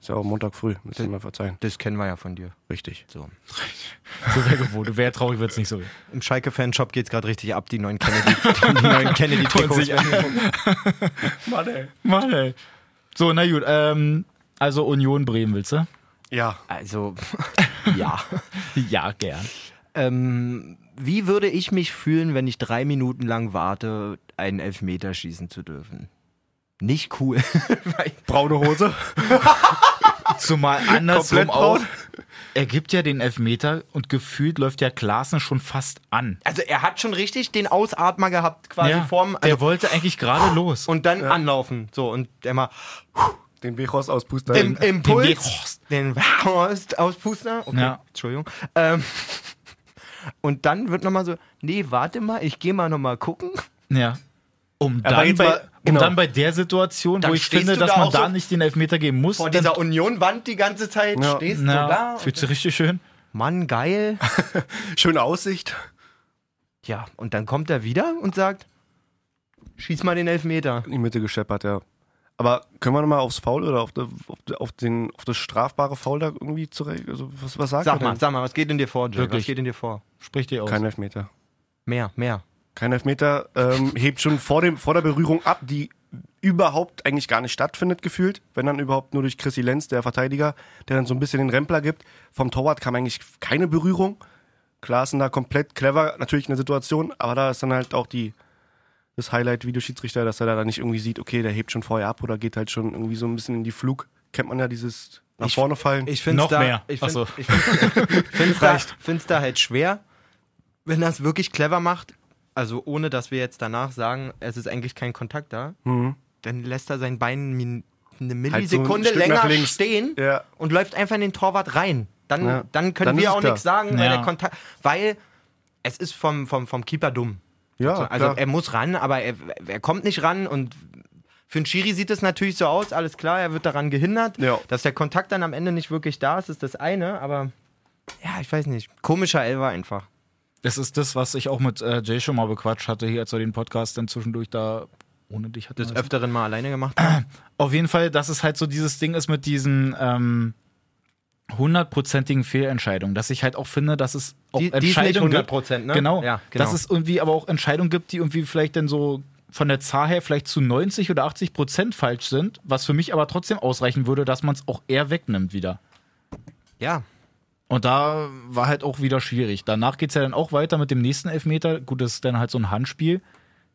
Ist ja auch Montag früh. Müssen wir mal verzeihen.
Das kennen wir ja von dir.
Richtig.
So.
So wäre gewohnt. Wäre traurig, wird es nicht so.
Im Schalke-Fanshop geht es gerade richtig ab, die neuen Kennedy. die neuen Kennedy-Trikots.
Mann, ey. Mann, ey. So, na gut. Ähm, also Union Bremen willst du?
Ja.
Also, ja.
Ja, gern.
Ähm, wie würde ich mich fühlen, wenn ich drei Minuten lang warte, einen Elfmeter schießen zu dürfen? Nicht cool.
Braune Hose.
Zumal andersrum
Komplett
auch.
braun.
Er gibt ja den Elfmeter und gefühlt läuft ja Klaassen schon fast an.
Also, er hat schon richtig den Ausatmer gehabt, quasi
ja,
vorm. also,
der wollte eigentlich gerade los.
und dann anlaufen. So, und der mal
Den Wehorst auspusten.
im
den
Impuls,
Weghorst.
den Weghorst auspusten. Okay,
Ja.
Entschuldigung. Ähm, und dann wird nochmal so, nee, warte mal, ich gehe mal nochmal gucken.
ja. Um
Aber
dann,
jetzt
bei,
mal- genau.
um dann bei der Situation,
Dann
wo ich
stehst
finde,
du
dass
da
man
auch
da
so
nicht den Elfmeter geben muss,
Vor
dann-
dieser Union-Wand die ganze Zeit
Ja.
stehst du da.
na,
Und,
fühlt sich richtig schön.
Mann, geil.
Schöne Aussicht.
Ja, und dann kommt er wieder und sagt, schieß mal den Elfmeter.
in die Mitte gescheppert, ja. Aber können wir nochmal aufs Foul oder auf, de, auf, de, auf, den, auf das strafbare Foul da irgendwie zurecht? Also, was, was sagt
Sag
er
mal,
denn?
sag mal, was geht in dir vor, Jay? Was
Wirklich?
geht in dir vor?
Sprich dir aus.
Kein Elfmeter.
Mehr, mehr.
Kein Elfmeter ähm, hebt schon vor, dem, vor der Berührung ab, die überhaupt eigentlich gar nicht stattfindet, gefühlt. Wenn dann überhaupt nur durch Chrissy Lenz, der Verteidiger, der dann so ein bisschen den Rempler gibt. Vom Torwart kam eigentlich keine Berührung. Klaassen da komplett clever, natürlich eine Situation, aber da ist dann halt auch die, das Highlight Videoschiedsrichter, dass er da dann nicht irgendwie sieht, okay, der hebt schon vorher ab oder geht halt schon irgendwie so ein bisschen in die Flug. Kennt man ja dieses nach
Ich-
vorne fallen.
Ich find's
Noch
da,
mehr.
Ich
Ach
find,
so.
ich find- find's, da, find's da halt schwer, wenn das wirklich clever macht. Also ohne, dass wir jetzt danach sagen, es ist eigentlich kein Kontakt da. dann lässt er sein Bein min- eine
Halt so ein
Millisekunde
Stück nach
länger
links.
stehen
Ja.
und läuft einfach in den Torwart rein. Dann,
Ja.
dann können
Dann ist
wir
es
auch
klar.
nichts sagen, weil
Ja.
der Kontakt. Weil es ist vom, vom, vom Keeper dumm.
Ja,
So, also
klar.
er muss ran, aber er, er kommt nicht ran und für den Schiri sieht es natürlich so aus, alles klar, er wird daran gehindert.
Ja.
Dass der Kontakt dann am Ende nicht wirklich da ist, ist das eine, aber ja, ich weiß nicht. Komischer Elfer einfach.
Das ist das, was ich auch mit äh, Jay schon mal bequatscht hatte, hier, als wir den Podcast dann zwischendurch da ohne dich hatten.
Des
Also-
Öfteren mal alleine gemacht.
Oh,
Auf jeden Fall, dass es halt so dieses Ding ist mit diesen ähm, hundertprozentigen Fehlentscheidungen, dass ich halt auch finde, dass es auch
Die- die ist nicht
Entscheidungen
100%, ne?
Genau,
Ja, genau.
Dass es irgendwie aber auch Entscheidungen gibt, die irgendwie vielleicht dann so von der Zahl her vielleicht zu 90 oder 80 Prozent falsch sind, was für mich aber trotzdem ausreichen würde, dass man es auch eher wegnimmt wieder.
Ja.
Und da war halt auch wieder schwierig. Danach geht es ja dann auch weiter mit dem nächsten Elfmeter. Gut, das ist dann halt so ein Handspiel.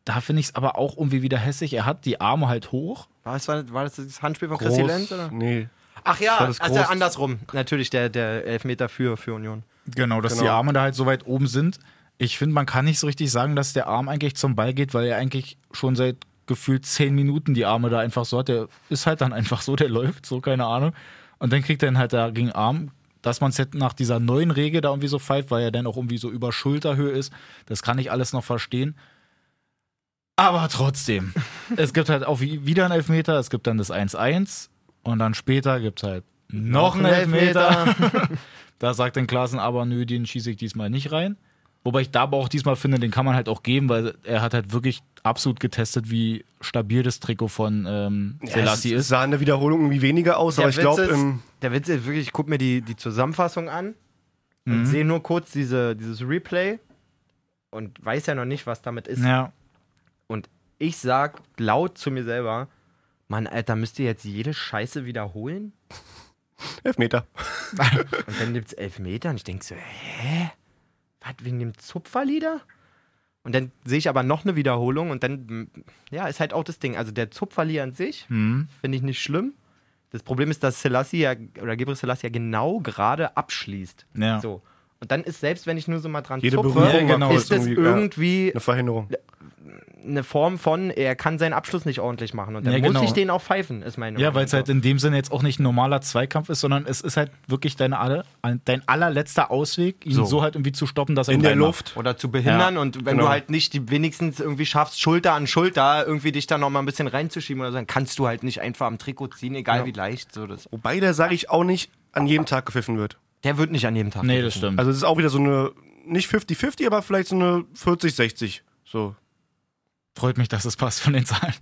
Da finde ich es aber auch irgendwie wieder hässlich. Er hat die Arme halt hoch.
War das, war das das Handspiel von Chrissy Lenz?
groß.
Oder?
Nee.
Ach ja,
war das
also
groß.
andersrum. Natürlich der, der Elfmeter für, für Union.
Genau, dass
Genau.
die Arme da halt so weit oben sind. Ich finde, man kann nicht so richtig sagen, dass der Arm eigentlich zum Ball geht, weil er eigentlich schon seit gefühlt zehn Minuten die Arme da einfach so hat. Der ist halt dann einfach so, der läuft so, keine Ahnung. Und dann kriegt er ihn halt da gegen Arm. Dass man es jetzt nach dieser neuen Regel da irgendwie so pfeift, weil er dann auch irgendwie so über Schulterhöhe ist, das kann ich alles noch verstehen. Aber trotzdem, es gibt halt auch wie- wieder einen Elfmeter, es gibt dann das 1-1 und dann später gibt es halt noch einen Elfmeter. Da sagt dann Klaassen, aber nö, den schieße ich diesmal nicht rein. Wobei ich da aber auch diesmal finde, den kann man halt auch geben, weil er hat halt wirklich absolut getestet, wie stabil das Trikot von ähm, Selassie
es
ist.
sah in der Wiederholung irgendwie weniger aus,
Der
aber ich
Witz
glaube,
ist-
im.
Der Witz ist wirklich, ich gucke mir die, die Zusammenfassung an und sehe nur kurz diese, dieses Replay und weiß ja noch nicht, was damit ist.
Ja,
Und ich sag laut zu mir selber, Mann, Alter, müsst ihr jetzt jede Scheiße wiederholen?
Elfmeter.
Und dann gibt's elf Meter und ich denk so, hä? Was, wegen dem Zupferlieder? Und dann sehe ich aber noch eine Wiederholung und dann, m, ja, ist halt auch das Ding. Also der Zupferlieder an sich finde ich nicht schlimm. Das Problem ist, dass Selassie ja, oder Gebre Selassie ja genau gerade abschließt.
ja.
So. Und dann ist selbst, wenn ich nur so mal dran
Jede
zupfe,
Berührung
Ja, genau.
war kurz
ist das
ja,
irgendwie
eine Verhinderung.
eine Form von, er kann seinen Abschluss nicht ordentlich machen. Und dann
Ja,
muss
genau.
ich den auch pfeifen, ist meine
ja
Meinung.
weil es halt in dem Sinne jetzt auch nicht ein normaler Zweikampf ist, sondern es ist halt wirklich deine alle, dein allerletzter Ausweg, ihn so. halt irgendwie zu stoppen, dass er
In
ihn
der
reinmacht.
Luft.
Oder zu behindern
Ja,
und wenn
genau.
du halt nicht die wenigstens irgendwie schaffst, Schulter an Schulter irgendwie dich da nochmal ein bisschen reinzuschieben oder so, dann kannst du halt nicht einfach am Trikot ziehen, egal wie leicht. So das.
Wobei der, sage ich, auch nicht an jedem Tag gepfiffen wird.
Der wird nicht an jedem Tag.
Nee, das stimmt.
Also es ist auch wieder so eine, nicht 50-50, aber vielleicht so eine 40-60. So.
Freut mich, dass es passt von den Zahlen.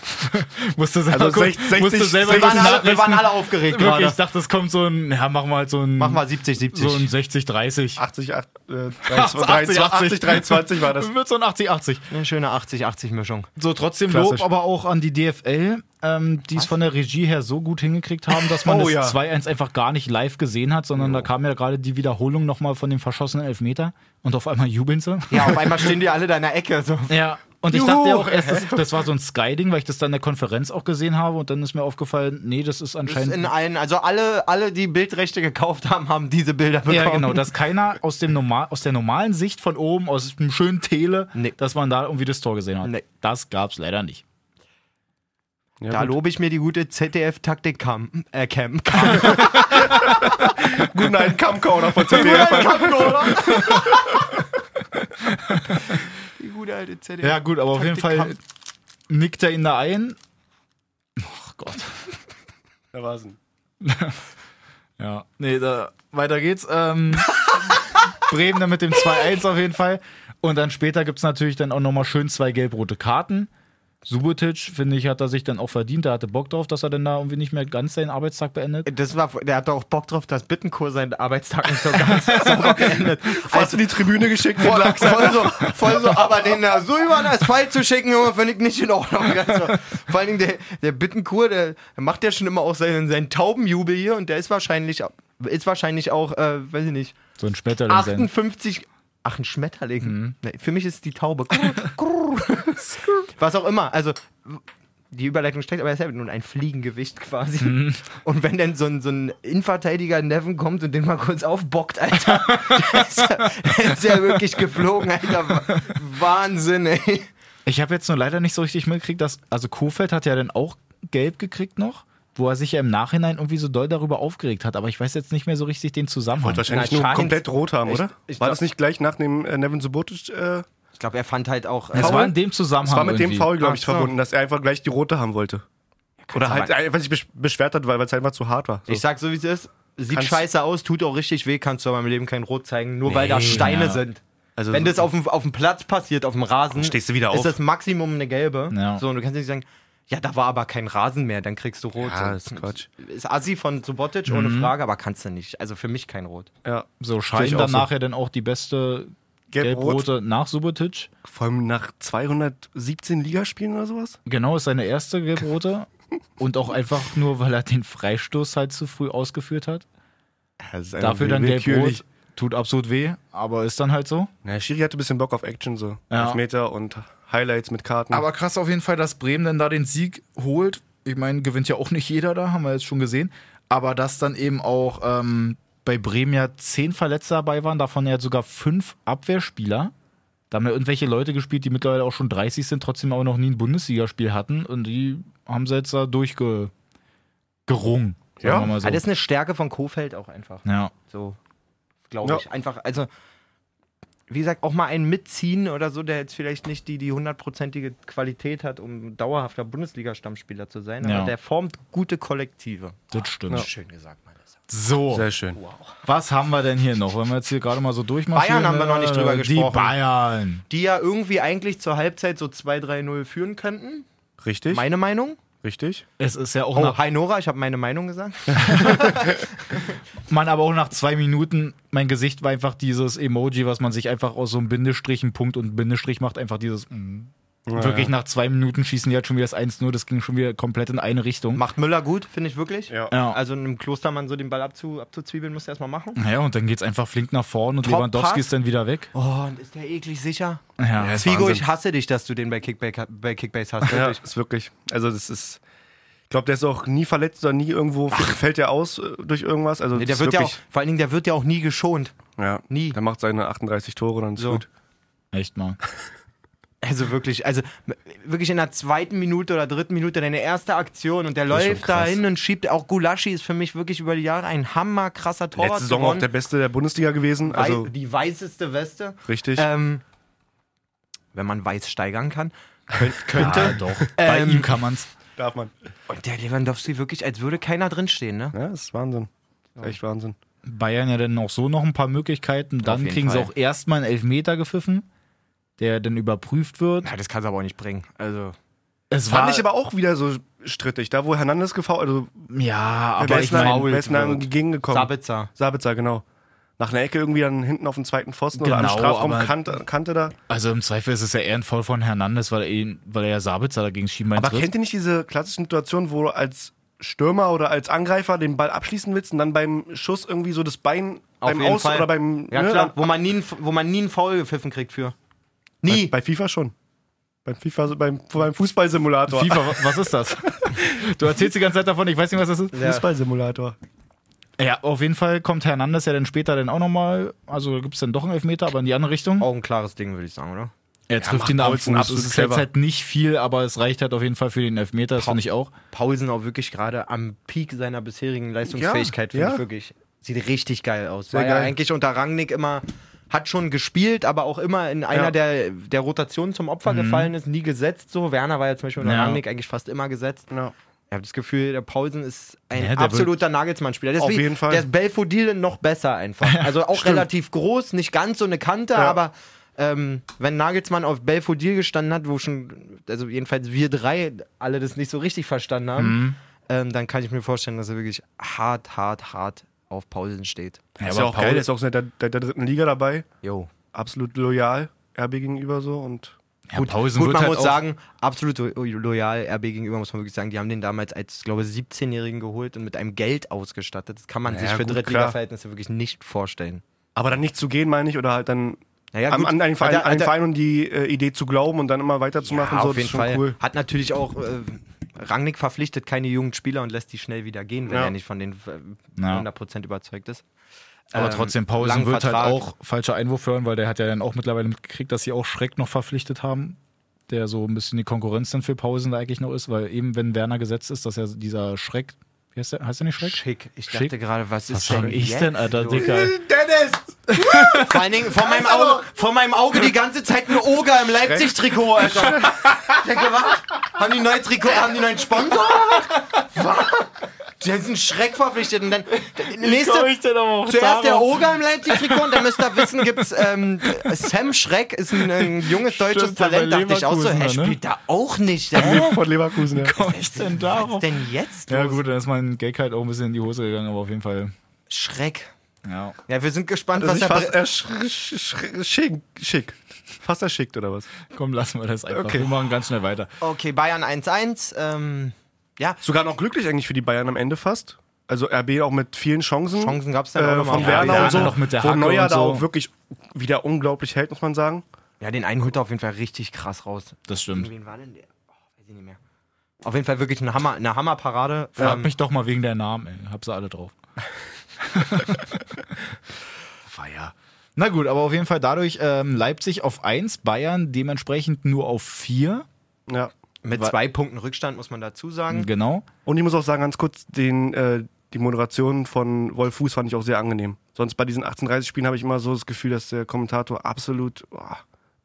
musste selber,
Also
gucken-
60
musste selber
wir, waren
kurz
alle, wir waren alle aufgeregt
nachrechnen. Wirklich,
gerade.
ich dachte, es kommt so ein, ja, machen wir halt so ein,
Mach mal 70, 70.
so ein 60, 30.
80, 8, äh,
80,
23, 80, 23 war das.
Wird so ein 80-80.
Eine schöne 80-80-Mischung.
So, trotzdem
Klassisch.
Lob aber auch an die DFL, ähm, die es von der Regie her so gut hingekriegt haben, dass man
Oh,
das
ja.
2-1 einfach gar nicht live gesehen hat, sondern da kam ja gerade die Wiederholung nochmal von dem verschossenen Elfmeter und auf einmal jubeln sie.
Ja, auf einmal stehen die alle da in der Ecke. So.
Ja. Und ich
Juhu.
dachte ja auch erst, das, das war so ein Sky-Ding, weil ich das dann in der Konferenz auch gesehen habe und dann ist mir aufgefallen, nee, das ist
Das ist
anscheinend.
in allen, also alle, alle, die Bildrechte gekauft haben, haben diese Bilder bekommen.
ja, genau, dass keiner aus, dem normal, aus der normalen Sicht von oben, aus dem schönen Tele,
Nee.
dass man da irgendwie das Tor gesehen hat.
Nee.
Das gab's leider nicht.
Ja,
da
gut.
lobe ich mir die gute ZDF-Taktik-Cam. Äh, Cam.
Guten alten Kammcorner von ZDF.
Die gute alte ZDF.
Ja, gut, aber auf jeden
Taktik
Fall nickt er ihn da ein. Ach Gott.
Da war's ein-
Ja. Nee, da, weiter geht's. Ähm, Bremen dann mit dem 2-1 auf jeden Fall. Und dann später gibt's natürlich dann auch nochmal schön zwei gelb-rote Karten. Subotic, finde ich, hat er sich dann auch verdient. Der hatte Bock drauf, dass er dann da irgendwie nicht mehr ganz seinen Arbeitstag beendet.
Das war, der hatte auch Bock drauf, dass Bittenkur seinen Arbeitstag nicht so ganz sauber beendet.
Hast du die Tribüne geschickt? Voll,
Voll so, voll so, aber den da so über das Fall zu schicken, Junge, finde ich nicht in Ordnung. Ganz so. Vor allen Dingen der, der Bittenkur, der, der macht ja schon immer auch seinen, seinen Taubenjubel hier und der ist wahrscheinlich, ist wahrscheinlich auch, äh, weiß ich nicht,
So ein Schmetterling sein.
58. Ach, ein Schmetterling.
Mhm.
Nee, für mich ist die Taube. Krrr, krrr. Was auch immer. Also, die Überleitung steckt, aber er ist ja nun ein Fliegengewicht quasi.
Mhm.
Und wenn dann so ein, so ein Innenverteidiger Neven kommt und den mal kurz aufbockt, Alter, der ist ja, der ist ja wirklich geflogen, Alter. Wahnsinn, ey.
Ich habe jetzt nur leider nicht so richtig mitgekriegt, dass. Also Kofeld hat ja dann auch gelb gekriegt noch, wo er sich ja im Nachhinein irgendwie so doll darüber aufgeregt hat. Aber ich weiß jetzt nicht mehr so richtig den Zusammenhang.
Wollte wahrscheinlich
Na,
nur
Schahins-
komplett rot haben,
Ich-
oder?
ich
War
glaub-
das nicht gleich nach dem äh, Nevin Subotic? Äh,
Ich glaube, er fand halt auch.
Es
Äh,
war in dem Zusammenhang.
das war mit dem
irgendwie.
Foul, glaube
Ach
ich,
so.
verbunden, dass er einfach gleich die rote haben wollte. Oder halt
sein.
einfach sich besch- beschwert hat, weil es einfach zu hart war. So.
ich sag so, wie es ist. Sieht
Kannst-
scheiße aus, tut auch richtig weh, kannst du aber im Leben kein Rot zeigen, nur weil da
Nee.
Steine
Ja.
sind.
also,
Wenn das auf dem, auf dem Platz passiert, auf dem Rasen,
Stehst du wieder auf.
ist das Maximum eine gelbe.
Ja.
So, und du kannst nicht sagen, ja, da war aber kein Rasen mehr, dann kriegst du rot.
Ja, das
so.
ist Quatsch. Mhm.
Ist Assi von Subotic, ohne Frage, aber kannst du nicht. Also für mich kein Rot.
ja.
So
Sehe ich
scheint
auch
dann
so.
nachher dann auch die beste
Gelb-Rot.
gelb-rote nach Subotic.
Vor allem nach 217 Ligaspielen oder sowas?
Genau, ist seine erste gelb-rote. Und auch einfach nur, weil er den Freistoß halt zu früh ausgeführt hat.
Das ist einfach
Dafür dann
willkürlich.
gelb-rot. Tut absolut weh, aber ist dann halt so.
Na, Schiri hatte ein bisschen Bock auf Action, so.
Ja.
Elfmeter und Highlights mit Karten.
Aber krass auf jeden Fall, dass Bremen dann da den Sieg holt. Ich meine, gewinnt ja auch nicht jeder da, haben wir jetzt schon gesehen. Aber dass dann eben auch ähm, bei Bremen ja zehn Verletzte dabei waren, davon ja sogar fünf Abwehrspieler. Da haben ja irgendwelche Leute gespielt, die mittlerweile auch schon 30 sind, trotzdem aber noch nie ein Bundesligaspiel hatten. Und die haben sie jetzt da durchgerungen. Sagen
Ja.
wir mal so.
Aber das ist eine Stärke von Kofeld auch einfach.
ja.
So, glaube
Ja.
ich. Einfach, also, wie gesagt, auch mal einen mitziehen oder so, der jetzt vielleicht nicht die die hundertprozentige Qualität hat, um dauerhafter Bundesliga-Stammspieler zu sein,
Ja.
aber der formt gute Kollektive.
Das stimmt.
Schön gesagt, meine
So,
Sehr schön.
was haben wir denn hier noch? Wenn wir jetzt hier gerade mal so durchmachen.
Bayern haben wir noch nicht drüber
Die
gesprochen.
Bayern.
Die ja irgendwie eigentlich zur Halbzeit so 2-3-0 führen könnten.
Richtig?
Meine Meinung.
Richtig?
Es ist ja auch
Oh,
nach
hi Nora, ich habe meine Meinung gesagt.
man aber auch nach zwei Minuten, mein Gesicht war einfach dieses Emoji, was man sich einfach aus so einem Bindestrich, einen Punkt und einen Bindestrich macht, einfach dieses. mm. Wirklich nach zwei Minuten schießen die halt schon wieder das 1-0, das ging schon wieder komplett in eine Richtung.
Macht Müller gut, finde ich wirklich.
Ja.
Ja.
Also einem Klostermann so den Ball abzu, abzuzwiebeln, musst du erstmal machen.
ja, und dann geht's einfach flink nach vorne und
Top
Lewandowski
Pass.
ist dann wieder weg.
Oh, und ist der eklig sicher?
Ja.
Yes.
Figo,
Wahnsinn.
ich hasse dich, dass du den bei, Kickback, bei Kickbase hast.
Ja,
wirklich.
ist wirklich. Also, das ist. Ich glaube, der ist auch nie verletzt oder nie irgendwo. Fällt der aus äh, durch irgendwas? Also,
Nee, der
das
wird
ist
ja auch,
wirklich,
vor allen Dingen, der wird ja auch nie geschont.
Ja,
nie.
Der macht seine 38 Tore, dann ist
So.
gut.
Echt mal.
Also wirklich, also m- wirklich in der zweiten Minute oder dritten Minute deine erste Aktion und der
ist schon
läuft da
krass.
hin und schiebt. Auch Gulaschi ist für mich wirklich über die Jahre ein hammerkrasser Torwart
Letzte Saison auch
geworden.
der Beste der Bundesliga gewesen.
Wei-
Also,
die weißeste Weste.
richtig.
Ähm, wenn man weiß steigern kann.
Könnte. Ja, doch. Bei
Ähm.
ihm kann man's.
Darf man.
Und der Lewandowski wirklich, als würde keiner drinstehen, ne?
Ja, das ist Wahnsinn. Das ist Echt Wahnsinn.
Bayern ja dann auch so noch ein paar Möglichkeiten. Dann
jeden
kriegen sie
Fall.
auch erstmal einen Elfmeter gepfiffen, der dann überprüft wird.
Na, das kannst du aber auch nicht bringen. Also,
Es
Fand ich aber auch wieder so strittig. Da, wo Hernandez gefault, also
ja, aber
wer
ich
ist denn
meine,
wer ist denn da
wird.
gegengekommen?
Sabitzer.
Sabitzer, genau. Nach einer Ecke irgendwie dann hinten auf den zweiten Pfosten oder
Genau,
am Strafraum
aber-
kannte, kannte da.
Also im Zweifel ist es ja eher ein Fall von Hernandez, weil er, ihn- weil er ja Sabitzer dagegen schieben
Aber kennt ihr nicht diese klassischen Situationen, wo du als Stürmer oder als Angreifer den Ball abschließen willst und dann beim Schuss irgendwie so das Bein
Auf
beim
jeden
Aus
Fall.
oder beim
Ja,
ne,
klar.
dann-
Wo man, nie, einen F- wo man nie einen Foul gepfiffen kriegt für.
Bei,
Nie.
bei FIFA schon. Beim FIFA, so- beim, beim Fußballsimulator.
FIFA, wa- was ist das? Du erzählst die ganze Zeit davon, ich weiß nicht, was das ist.
Ja.
Fußballsimulator.
Ja, auf jeden Fall kommt Hernandez ja dann später dann auch nochmal, also gibt es dann doch einen Elfmeter, aber in die andere Richtung.
Auch ein klares Ding, würde ich sagen, oder?
Er trifft ihn da am Fuß. Es ist jetzt halt nicht viel, aber es reicht halt auf jeden Fall für den Elfmeter, das finde ich auch.
Paulsen auch wirklich gerade am Peak seiner bisherigen
Ja,
Leistungsfähigkeit, finde
ja.
ich wirklich. Sieht richtig geil aus.
Sehr
War ja
geil.
eigentlich unter Rangnick immer, hat schon gespielt, aber auch immer in einer
Ja.
der, der Rotationen zum Opfer gefallen ist, nie gesetzt so. Werner war Mhm. ja zum Beispiel unter
Ja.
Rangnick eigentlich fast immer gesetzt.
Ja.
Ich habe das Gefühl, der Paulsen ist ein
Ja, der
absoluter Nagelsmann-Spieler. Der ist
Auf
wie-
jeden Fall.
Der ist Belfodil noch besser einfach. Also auch relativ groß, nicht ganz so eine Kante,
Ja.
aber ähm, wenn Nagelsmann auf Belfodil gestanden hat, wo schon, also jedenfalls wir drei alle das nicht so richtig verstanden haben,
Mhm.
ähm, dann kann ich mir vorstellen, dass er wirklich hart, hart, hart auf Paulsen steht.
ist ja auch geil, ist auch seit der, der, der dritten Liga dabei.
Jo.
Absolut loyal RB gegenüber so und
Gut, Pausen
Gut,
wird
man
halt
muss
auch,
sagen, absolut lo- oh, loyal RB gegenüber, muss man wirklich sagen. Die haben den damals als, glaube ich, 17-Jährigen geholt und mit einem Geld ausgestattet. Das kann man
Ja,
sich für
gut,
Drittliga-Verhältnisse wirklich nicht vorstellen.
aber dann nicht zu gehen, meine ich, oder halt dann
Naja,
am,
gut,
an einen Verein,
hat er-
an den
hat er-
Verein und die äh, Idee zu glauben und dann immer weiterzumachen,
ja,
so,
auf
das
jeden
ist schon
Fall.
cool.
Hat natürlich auch äh, Rangnick verpflichtet keine jungen Spieler und lässt die schnell wieder gehen, wenn
Ja.
er nicht von den äh,
Ja.
100% überzeugt ist.
aber
ähm,
trotzdem, Pausen
langen
wird halt
Vertrag.
auch falscher Einwurf hören, weil der hat ja dann auch mittlerweile mitgekriegt, dass sie auch Schreck noch verpflichtet haben. der so ein bisschen die Konkurrenz dann für Pausen da eigentlich noch ist, weil eben, wenn Werner gesetzt ist, dass er dieser Schreck. Wie heißt der? Heißt der nicht Schreck?
Schick. Ich
Schick.
dachte gerade, was
Was
ist
sag
denn
ich
jetzt
denn, Alter,
los?
Dicker?
Dennis!
Vor allen Dingen vor meinem, Auge, vor meinem Auge die ganze Zeit ein Oger im Leipzig-Trikot, Alter. Ich denke, was? Haben die neuen Trikot, haben die neuen Sponsor oder was? Was? Die sind Schreck verpflichtet und dann. Nächste,
denn aber auch
Zuerst der Oger im Leipzig-Trikot und dann müsst ihr wissen, gibt's ähm, Sam Schreck ist ein, ein junges deutsches
der
Talent,
bei
dachte ich auch so,
Leverkusen,
er
ne?
spielt da auch nicht. Hä?
Von Leverkusen, ja.
Kommst denn
Was
darauf?
ist denn jetzt?
Ja, gut, dann ist mein Gag halt auch ein bisschen in die Hose gegangen, aber auf jeden Fall.
Schreck.
Ja.
Ja, wir sind gespannt,
Das
Also
was
ist nicht
er
fast
bringt.
erschickt. Schick, schick. Fast erschickt, oder was?
Komm, lassen wir das einfach.
Okay.
Wir machen ganz schnell weiter.
Okay, Bayern 1-1. Ähm, ja,
Sogar noch glücklich eigentlich für die Bayern am Ende fast. Also RB auch mit vielen Chancen.
Chancen gab's dann auch
äh,
noch mal.
von
Ja,
Werner
Werner
und so.
noch mit der
wo
Hacke
Neuer
und
da
so.
auch wirklich wieder unglaublich hält, muss man sagen.
ja, den einen holt er auf jeden Fall richtig krass raus.
Das stimmt.
Wen war denn der? Oh, weiß ich nicht mehr. Auf jeden Fall wirklich eine, Hammer, eine Hammerparade.
Frag
Ähm,
mich doch mal wegen der Namen, ey. Hab sie alle drauf. Feier. Na gut, aber auf jeden Fall dadurch ähm, Leipzig auf 1, Bayern dementsprechend nur auf 4.
Ja.
mit zwei Punkten Rückstand, muss man dazu sagen.
Genau.
Und ich muss auch sagen, ganz kurz, den, äh, die Moderation von Wolf Fuß fand ich auch sehr angenehm. Sonst bei diesen 1830-Spielen habe ich immer so das Gefühl, dass der Kommentator absolut oh,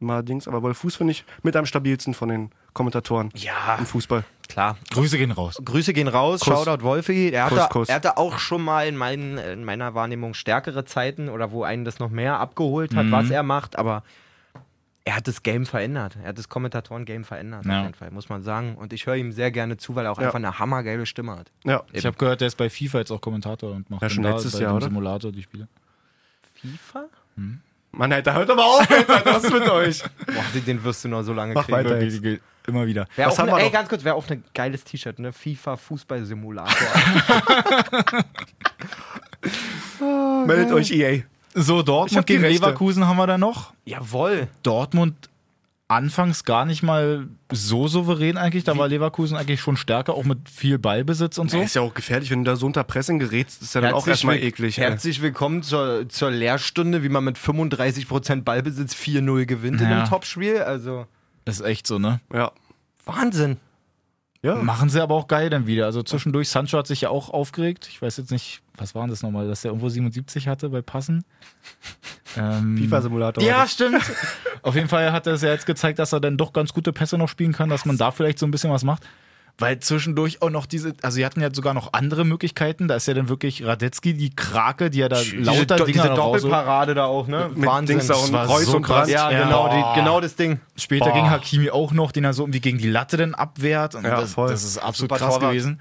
immer Dings, aber Wolf Fuß finde ich mit am stabilsten von den Kommentatoren
Ja,
im Fußball.
klar.
Grüße gehen raus.
Grüße gehen raus,
Kuss.
Shoutout Wolfi. Er hatte,
Kuss, Kuss.
er hatte auch schon mal in, meinen, in meiner Wahrnehmung stärkere Zeiten oder wo einen das noch mehr abgeholt hat,
Mhm.
was er macht, aber er hat das Game verändert. Er hat das Kommentatoren-Game verändert,
Ja.
auf jeden Fall, muss man sagen. Und ich höre ihm sehr gerne zu, weil er auch
Ja.
einfach eine hammergeile Stimme hat.
Ja.
Ich habe gehört, der ist bei FIFA jetzt auch Kommentator und macht
Ja, schon
dann
letztes
da bei
Jahr,
dem
oder?
Simulator die Spiele.
FIFA?
Mann, Alter, hört aber auf, Alter, was ist mit euch?
Boah, den- den wirst du noch so lange
Mach
kriegen.
weiter.
Wirklich, die geht Immer wieder.
Wär
Was
auch
haben
ne,
wir
ey,
noch?
ganz kurz, wäre auch ein geiles T-Shirt, ne? FIFA Fußballsimulator.
Meldet euch E EA. Ich
So,
hab
Dortmund
die
gegen
Rechte.
Leverkusen haben wir da noch.
Jawohl.
Dortmund anfangs gar nicht mal so souverän eigentlich. Da war Leverkusen eigentlich schon stärker, auch mit viel Ballbesitz und so.
Ja, ist ja auch gefährlich, wenn du da so unter Pressing gerätst, ist ja dann auch
Herzlich
erstmal
will-
eklig. ey.
Herzlich willkommen zur, zur Lehrstunde, wie man mit 35% Ballbesitz 4-0 gewinnt in
Ja.
einem Topspiel. Also
Ist echt so, ne?
Ja.
Wahnsinn.
ja.
Machen sie aber auch geil dann wieder. Also zwischendurch, Sancho hat sich ja auch aufgeregt. Ich weiß jetzt nicht, was waren das nochmal, dass der irgendwo 77 hatte bei Passen?
Hm.
Ähm,
FIFA-Simulator.
Ja, stimmt. Auf jeden Fall hat er es ja jetzt gezeigt, dass er dann doch ganz gute Pässe noch spielen kann, dass man da vielleicht so ein bisschen was macht. Weil zwischendurch auch noch diese, also sie hatten ja sogar noch andere Möglichkeiten. Da ist ja dann wirklich Radetzky, die Krake, die ja da lauter Dinger
Do- diese
noch rausholt.
Doppelparade da auch, ne?
Mit
Wahnsinn.
Dings da
Das
und
war
Kreuz
so
und
krass.
Brand.
ja,
Ja.
Genau,
Boah.
die, genau das Ding.
Später
Boah.
ging Hakimi auch noch, den er so irgendwie gegen die Latte dann abwehrt. Und
Ja,
das,
voll.
das ist absolut
Super
krass
Torwart.
gewesen.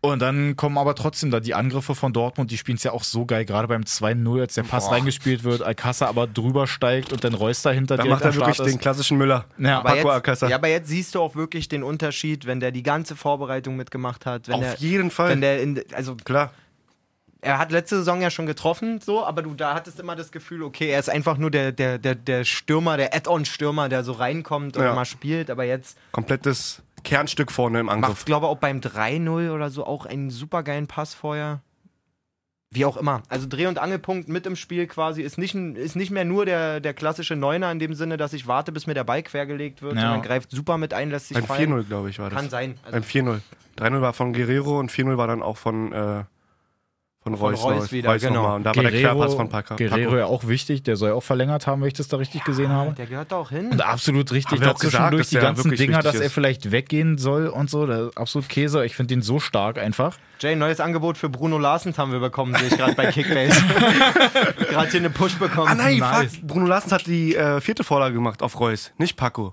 Und dann kommen aber trotzdem da die Angriffe von Dortmund, die spielen es ja auch so geil, gerade beim 2-0, als der Pass
Boah.
reingespielt wird, Alcassa aber drüber steigt und dann Reus dahinter
Da
direkt
macht er
am Start
wirklich
ist.
den klassischen Müller.
Ja.
Aber
Paco
jetzt,
Alcázar.
ja, aber jetzt siehst du auch wirklich den Unterschied, wenn der die ganze Vorbereitung mitgemacht hat. Wenn
Auf
der,
jeden Fall.
Wenn der in, also
Klar.
er hat letzte Saison ja schon getroffen, so, aber du da hattest immer das Gefühl, okay, er ist einfach nur der, der, der, der Stürmer, der Add-on-Stürmer, der so reinkommt und
Ja.
mal spielt, aber jetzt
Komplettes Kernstück vorne im
macht,
Angriff.
glaube ich, auch beim 3-0 oder so auch einen supergeilen Pass vorher. Wie auch immer. Also Dreh- und Angelpunkt mit im Spiel quasi ist nicht, ein- ist nicht mehr nur der, der klassische Neuner in dem Sinne, dass ich warte, bis mir der Ball quergelegt wird,
Ja.
sondern greift super mit ein, lässt sich
Ein
fallen.
4-0, glaube ich, war das.
Kann sein. Also
Ein 4-0. 3-0 war von Guerrero und 4-0 war dann auch von, äh, von Reus.
Reus wieder, genau.
nochmal. Und da war der Querpass von Paco.
Guerrero
Paco.
ja auch wichtig, der soll ja auch verlängert haben, wenn ich das da richtig gesehen habe.
der gehört da auch hin.
Und absolut richtig.
Haben wir auch
Dazwischen
gesagt,
durch
dass
die
der
ganzen
wirklich
Dinger,
wichtig
dass er
ist.
vielleicht weggehen soll und so. Das ist absolut Käse. Ich finde den so stark einfach.
Jay, neues Angebot für Bruno Larsens haben wir bekommen, sehe ich gerade bei Kickbase. gerade hier eine Push bekommen.
Ah nein,
Nice.
fuck. Bruno Lassens hat die äh, vierte Vorlage gemacht auf Reus, nicht Paco.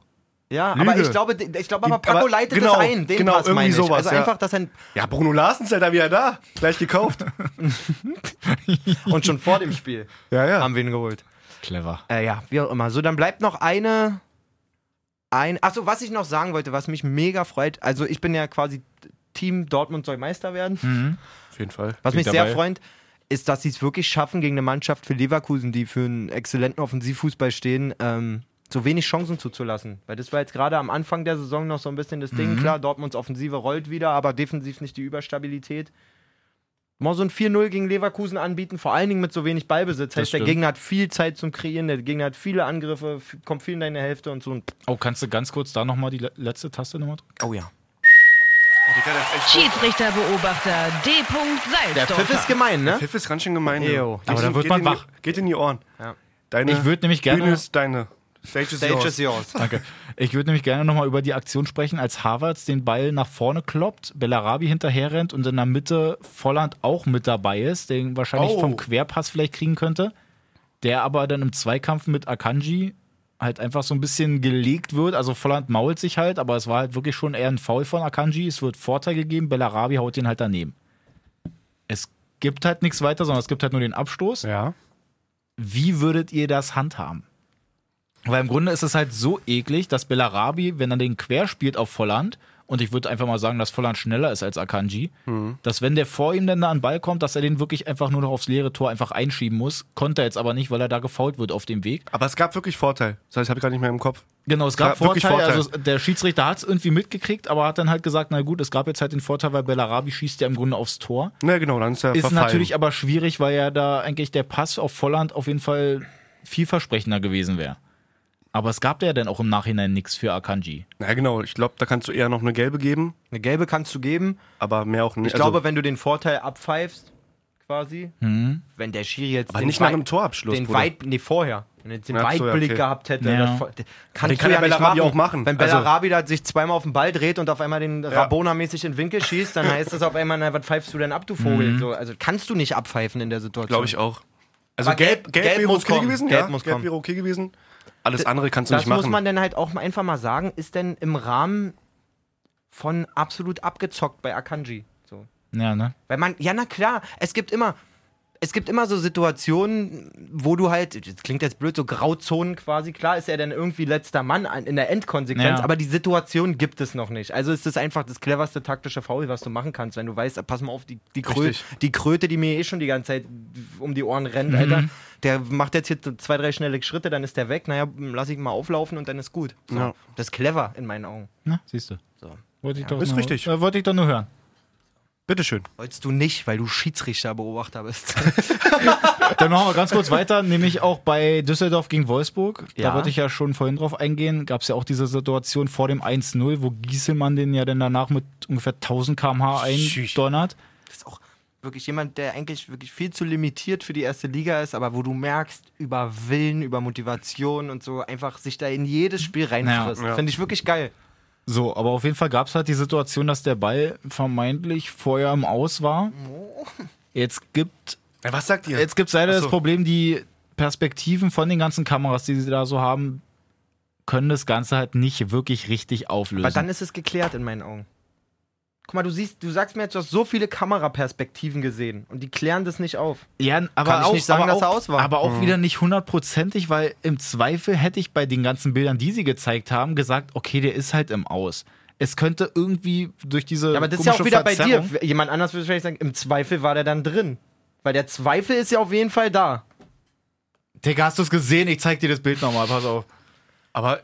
Ja, aber
Lüge.
ich glaube, ich glaube aber
Die-
Paco
aber-
leitet
genau,
das ein, den
genau,
Pass
irgendwie
meine ich.
sowas,
also
ja.
einfach, dass er
Ja, Bruno Larsens, Alter, wieder da. Gleich gekauft.
und schon vor dem Spiel
ja, ja.
haben wir ihn geholt.
Clever.
Äh, ja, wie auch immer. So, dann bleibt noch eine. Ein, achso, was ich noch sagen wollte, was mich mega freut. Also, ich bin ja quasi Team Dortmund soll Meister werden.
Auf jeden Fall.
Was
Bin
mich
dabei.
sehr freut, ist, dass sie es wirklich schaffen, gegen eine Mannschaft für Leverkusen, die für einen exzellenten Offensivfußball stehen, ähm, so wenig Chancen zuzulassen. Weil das war jetzt gerade am Anfang der Saison noch so ein bisschen das Ding. Klar, Dortmunds Offensive rollt wieder, aber defensiv nicht die Überstabilität. mal so ein 4-0 gegen Leverkusen anbieten, vor allen Dingen mit so wenig Ballbesitz. heißt, der
stimmt.
Gegner hat viel Zeit zum Kreieren, der Gegner hat viele Angriffe, f- kommt viel in deine Hälfte und so. Und
Oh, kannst du ganz kurz da nochmal die le- letzte Taste nochmal drücken?
oh ja.
Schiedsrichterbeobachter D.
Der Pfiff ist
Salzdorfer.
gemein, ne?
Pfiff ist ganz schön gemein. ne?
Ejo.
Geht
Aber
in-
dann wird
geht
man
in
wach.
Die, geht in die Ohren.
Ja.
Deine
Ich würd nämlich gerne-
Bühne ist deine. Stage is yours.
Stage is yours.
Danke. Ich würde nämlich gerne nochmal über die Aktion sprechen, als Havertz den Ball nach vorne kloppt, Bellarabi hinterher rennt und in der Mitte Volland auch mit dabei ist, den wahrscheinlich
Oh.
vom Querpass vielleicht kriegen könnte, der aber dann im Zweikampf mit Akanji halt einfach so ein bisschen gelegt wird. Also Volland mault sich halt, aber es war halt wirklich schon eher ein Foul von Akanji. Es wird Vorteil gegeben, Bellarabi haut ihn halt daneben. Es gibt halt nichts weiter, sondern es gibt halt nur den Abstoß
Ja.
wie würdet ihr das handhaben? Weil im Grunde ist es halt so eklig, dass Bellarabi, wenn er den quer spielt auf Volland, und ich würde einfach mal sagen, dass Volland schneller ist als Akanji, dass wenn der vor ihm dann da an den Ball kommt, dass er den wirklich einfach nur noch aufs leere Tor einfach einschieben muss. Konnte er jetzt aber nicht, weil er da gefault wird auf dem Weg.
Aber es gab wirklich Vorteil. Das heißt, ich habe gar nicht mehr im Kopf.
Genau, es
gab
gab Vorteil,
wirklich Vorteil.
also der Schiedsrichter hat es irgendwie mitgekriegt, aber hat dann halt gesagt, na gut, es gab jetzt halt den Vorteil, weil Bellarabi schießt ja im Grunde aufs Tor.
Na genau, dann ist er
Ist
verfallen.
natürlich aber schwierig, weil ja da eigentlich der Pass auf Volland auf jeden Fall vielversprechender gewesen wäre. Aber es gab ja dann auch im Nachhinein nichts für Akanji.
Na genau, ich glaube, da kannst du eher noch eine gelbe geben,
Eine gelbe kannst du geben.
aber mehr auch nicht.
Ich glaube, wenn du den Vorteil abpfeifst, quasi, wenn der Schiri jetzt
aber
den
nicht nach
Wei-
einem Torabschluss.
den
Bruder.
weit, nee, vorher, wenn er jetzt den
Ach so, ja,
Weitblick
okay.
gehabt hätte,
Ja.
das, kannst du
kann
ja
ja
nicht
Bellarabi
machen.
auch machen.
Wenn
Also-
Bellarabi da sich zweimal auf den Ball dreht und auf einmal den Rabona-mäßig in den Winkel schießt, dann heißt das auf einmal, na, was pfeifst du denn ab, du Vogel? So, also kannst du nicht abpfeifen in der Situation.
Glaube ich auch. Also
Aber
gelb,
gelb-
gelb,
gelb
wäre
muss
okay
kommen.
gewesen.
Gelb
ja,
muss
gelb
kommen.
wäre okay gewesen. Alles andere kannst du
Das
nicht machen.
muss man dann halt auch mal einfach mal sagen, ist denn im Rahmen von absolut abgezockt bei Akanji. So.
Ja, ne?
Weil man, ja, na klar, es gibt immer, es gibt immer so Situationen, wo du halt, das klingt jetzt blöd, so Grauzonen quasi, klar ist er dann irgendwie letzter Mann an- in der Endkonsequenz,
Ja.
aber die Situation gibt es noch nicht. Also ist das einfach das cleverste taktische Foul, was du machen kannst, wenn du weißt, pass mal auf, die, die, Krö
Richtig.
die Kröte, die mir eh schon die ganze Zeit um die Ohren rennt, Alter,
Mhm.
der macht jetzt hier so zwei, drei schnelle Schritte, dann ist der weg, naja, lass ich ihn mal auflaufen und dann ist gut. So.
Ja.
Das ist clever in meinen Augen.
Na, Ne? siehst du.
So.
Wollte ich doch
Ist
nur,
richtig.
Äh, wollte ich doch nur hören.
Bitteschön.
Wolltest du nicht, weil du Schiedsrichterbeobachter bist.
Dann machen wir ganz kurz weiter, nämlich auch bei Düsseldorf gegen Wolfsburg.
Ja.
Da wollte ich ja schon vorhin drauf eingehen. Gab es ja auch diese Situation vor dem 1-0, wo Gieselmann den ja dann danach mit ungefähr 1000 km/h eindonnert.
Das ist auch wirklich jemand, der eigentlich wirklich viel zu limitiert für die erste Liga ist, aber wo du merkst, über Willen, über Motivation und so einfach sich da in jedes Spiel reinfrisst.
Ja. Ja.
Finde ich wirklich geil.
So, aber auf jeden Fall gab es halt die Situation, dass der Ball vermeintlich vorher im Aus war. Jetzt gibt
Ja, was sagt ihr?
Jetzt gibt es leider
Ach so.
das Problem, die Perspektiven von den ganzen Kameras, die sie da so haben, können das Ganze halt nicht wirklich richtig auflösen.
Aber dann ist es geklärt in meinen Augen. Guck mal, du siehst, du sagst mir jetzt, du hast so viele Kameraperspektiven gesehen und die klären das nicht auf.
ja, aber
kann ich
auch,
nicht sagen,
aber
dass er
auch,
aus war.
Aber auch wieder nicht hundertprozentig, weil im Zweifel hätte ich bei den ganzen Bildern, die sie gezeigt haben, gesagt, okay, der ist halt im Aus. Es könnte irgendwie durch diese.
Ja, aber das ist ja auch
komische
wieder
Verzerrung-
bei dir. Jemand anders würde vielleicht sagen, im Zweifel war der dann drin. Weil der Zweifel ist ja auf jeden Fall da.
Digga, hast du es gesehen? Ich zeig dir das Bild nochmal, pass auf.
aber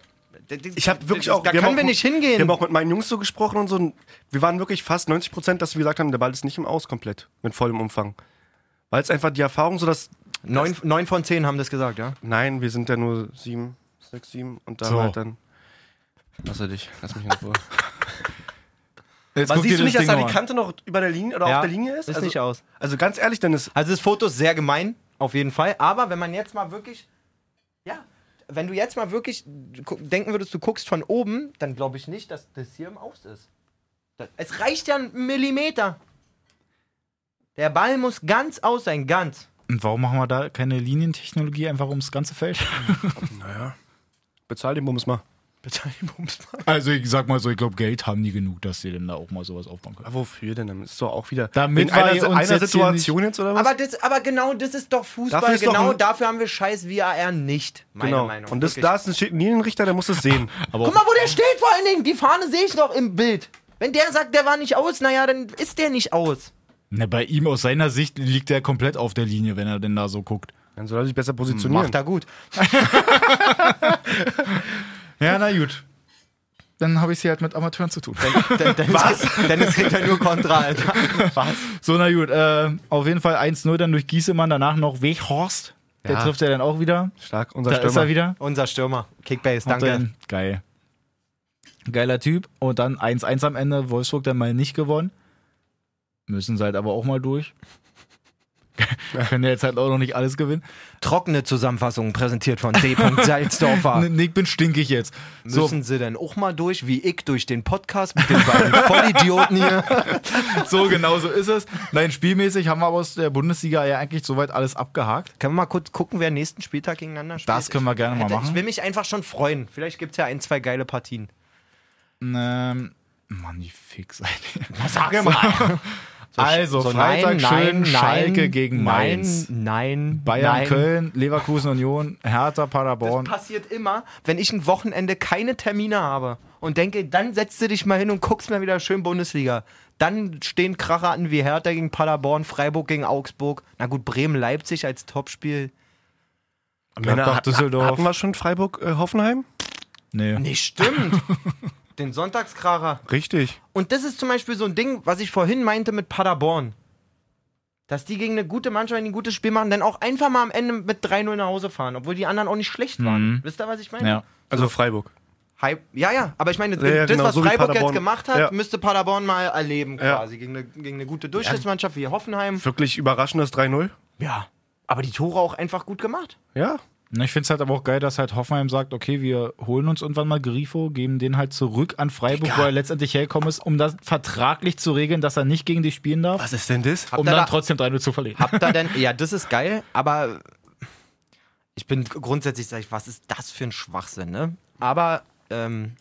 ich habe wirklich auch.
Da
haben
können
auch
wir
mit-
nicht hingehen.
Wir haben auch mit meinen Jungs so gesprochen und so. und Wir waren wirklich fast 90 Prozent, dass wir gesagt haben, der Ball ist nicht im Aus komplett. Mit vollem Umfang. Weil es einfach die Erfahrung so, dass.
neun, neun von zehn haben das gesagt, ja?
Nein, wir sind ja nur sieben, sechs, sieben und da
So.
halt dann. Lass er dich. Lass mich in Ruhe.
Jetzt
Aber
guck dir
siehst du nicht, dass
Ding
da die
noch an.
Kante noch über der Linie oder
Ja,
auf der Linie ist?
ist
also,
nicht aus.
also ganz ehrlich, Dennis,
Also das Foto ist sehr gemein, auf jeden Fall. Aber wenn man jetzt mal wirklich, ja, wenn du jetzt mal wirklich gu- denken würdest, du guckst von oben, dann glaube ich nicht, dass das hier im Aus ist. Das, es reicht ja ein Millimeter. Der Ball muss ganz aus sein, ganz.
Und warum machen wir da keine Linientechnologie einfach ums ganze Feld?
bezahl den Bums mal.
Also ich sag mal so, ich glaube, Geld haben die genug, dass sie denn da auch mal sowas aufbauen können.
Aber wofür denn? Dann Ist doch auch wieder.
Damit
in einer,
wir uns
einer
jetzt hier
Situation jetzt oder was?
Aber, das, aber genau das ist doch Fußball,
Dafür ist doch
genau
ein-
dafür haben wir scheiß VAR nicht, meine
genau.
Meinung.
Und das,
Wirklich.
da ist ein Schild- Linienrichter, der muss das sehen.
Aber
Guck mal, wo der steht vor allen Dingen, die Fahne sehe ich noch im Bild. Wenn der sagt, der war nicht aus, naja, dann ist der nicht aus.
na, bei ihm aus seiner Sicht liegt er komplett auf der Linie, wenn er denn da so guckt.
Dann soll er sich besser positionieren.
Macht er gut.
Ja, na gut. dann habe ich es hier halt mit Amateuren zu tun.
Denn- Dennis, Was? Dennis kriegt ja nur Kontra, Alter. Was?
So, na gut, äh, auf jeden Fall 1-0 dann durch Gießemann, danach noch Weghorst. Der
Ja.
trifft er dann auch wieder.
Stark, unser
Da ist er
Stürmer.
wieder.
Unser Stürmer. Kickbase,
Und
danke.
Dann, geil. Geiler Typ. Und dann 1-1 am Ende. Wolfsburg dann mal nicht gewonnen. Müssen sie halt aber auch mal durch. Können ja jetzt halt auch noch nicht alles gewinnen.
Trockene Zusammenfassung präsentiert von D. Salzdorfer.
N- Nick, bin stinkig jetzt. So,
Müssen sie denn auch mal durch, wie ich durch den Podcast mit den beiden Vollidioten hier?
so genau so ist es. Nein, spielmäßig haben wir aber aus der Bundesliga ja eigentlich soweit alles abgehakt.
Können wir mal kurz gucken, wer nächsten Spieltag gegeneinander spielt?
Das können wir gerne mal
Alter,
machen.
Ich will mich einfach schon freuen. Vielleicht gibt es ja ein, zwei geile Partien.
Ähm, Mann, die Fix. Alter.
Sag mal.
Also, Freitag schön Schalke gegen Mainz.
Nein, nein.
Bayern,
nein.
Köln, Leverkusen, Union, Hertha,
Das
Paderborn.
passiert immer, wenn ich ein Wochenende keine Termine habe und denke, dann setzt du dich mal hin und guckst mal wieder schön Bundesliga. Dann stehen Kracher an wie Hertha gegen Paderborn, Freiburg gegen Augsburg. Na gut, Bremen-Leipzig als Topspiel.
Gladbach,
hat-
Düsseldorf.
Hatten wir schon äh, Freiburg-Hoffenheim?
Nee.
Nee, stimmt. Den Sonntagskracher.
Richtig.
Und das ist zum Beispiel so ein Ding, was ich vorhin meinte mit Paderborn. Dass die gegen eine gute Mannschaft die ein gutes Spiel machen, dann auch einfach mal am Ende mit 3-0 nach Hause fahren, obwohl die anderen auch nicht schlecht waren.
Mhm.
Wisst ihr, was ich meine?
Ja.
Also Freiburg.
Hype. Ja, ja, aber ich meine,
Ja, ja,
das,
genau,
was
so wie
Freiburg jetzt
Paderborn.
gemacht hat,
Ja.
müsste Paderborn mal erleben,
Ja.
quasi. Gegen, eine, gegen eine gute Durchschnittsmannschaft wie Hoffenheim.
Wirklich überraschendes 3-0.
Ja. Aber die Tore auch einfach gut gemacht.
Ja.
Na, Ich finde es halt aber auch geil, dass halt Hoffenheim sagt, okay, wir holen uns irgendwann mal Grifo, geben den halt zurück an Freiburg, wo er letztendlich hergekommen ist, um das vertraglich zu regeln, dass er nicht gegen dich spielen darf,
Was ist denn das?
um
da-
dann trotzdem 3-0 zu verlieren.
Habt ihr denn. Ja, das ist geil, aber ich bin grundsätzlich, sag ich, was ist das für ein Schwachsinn, ne? Aber ähm,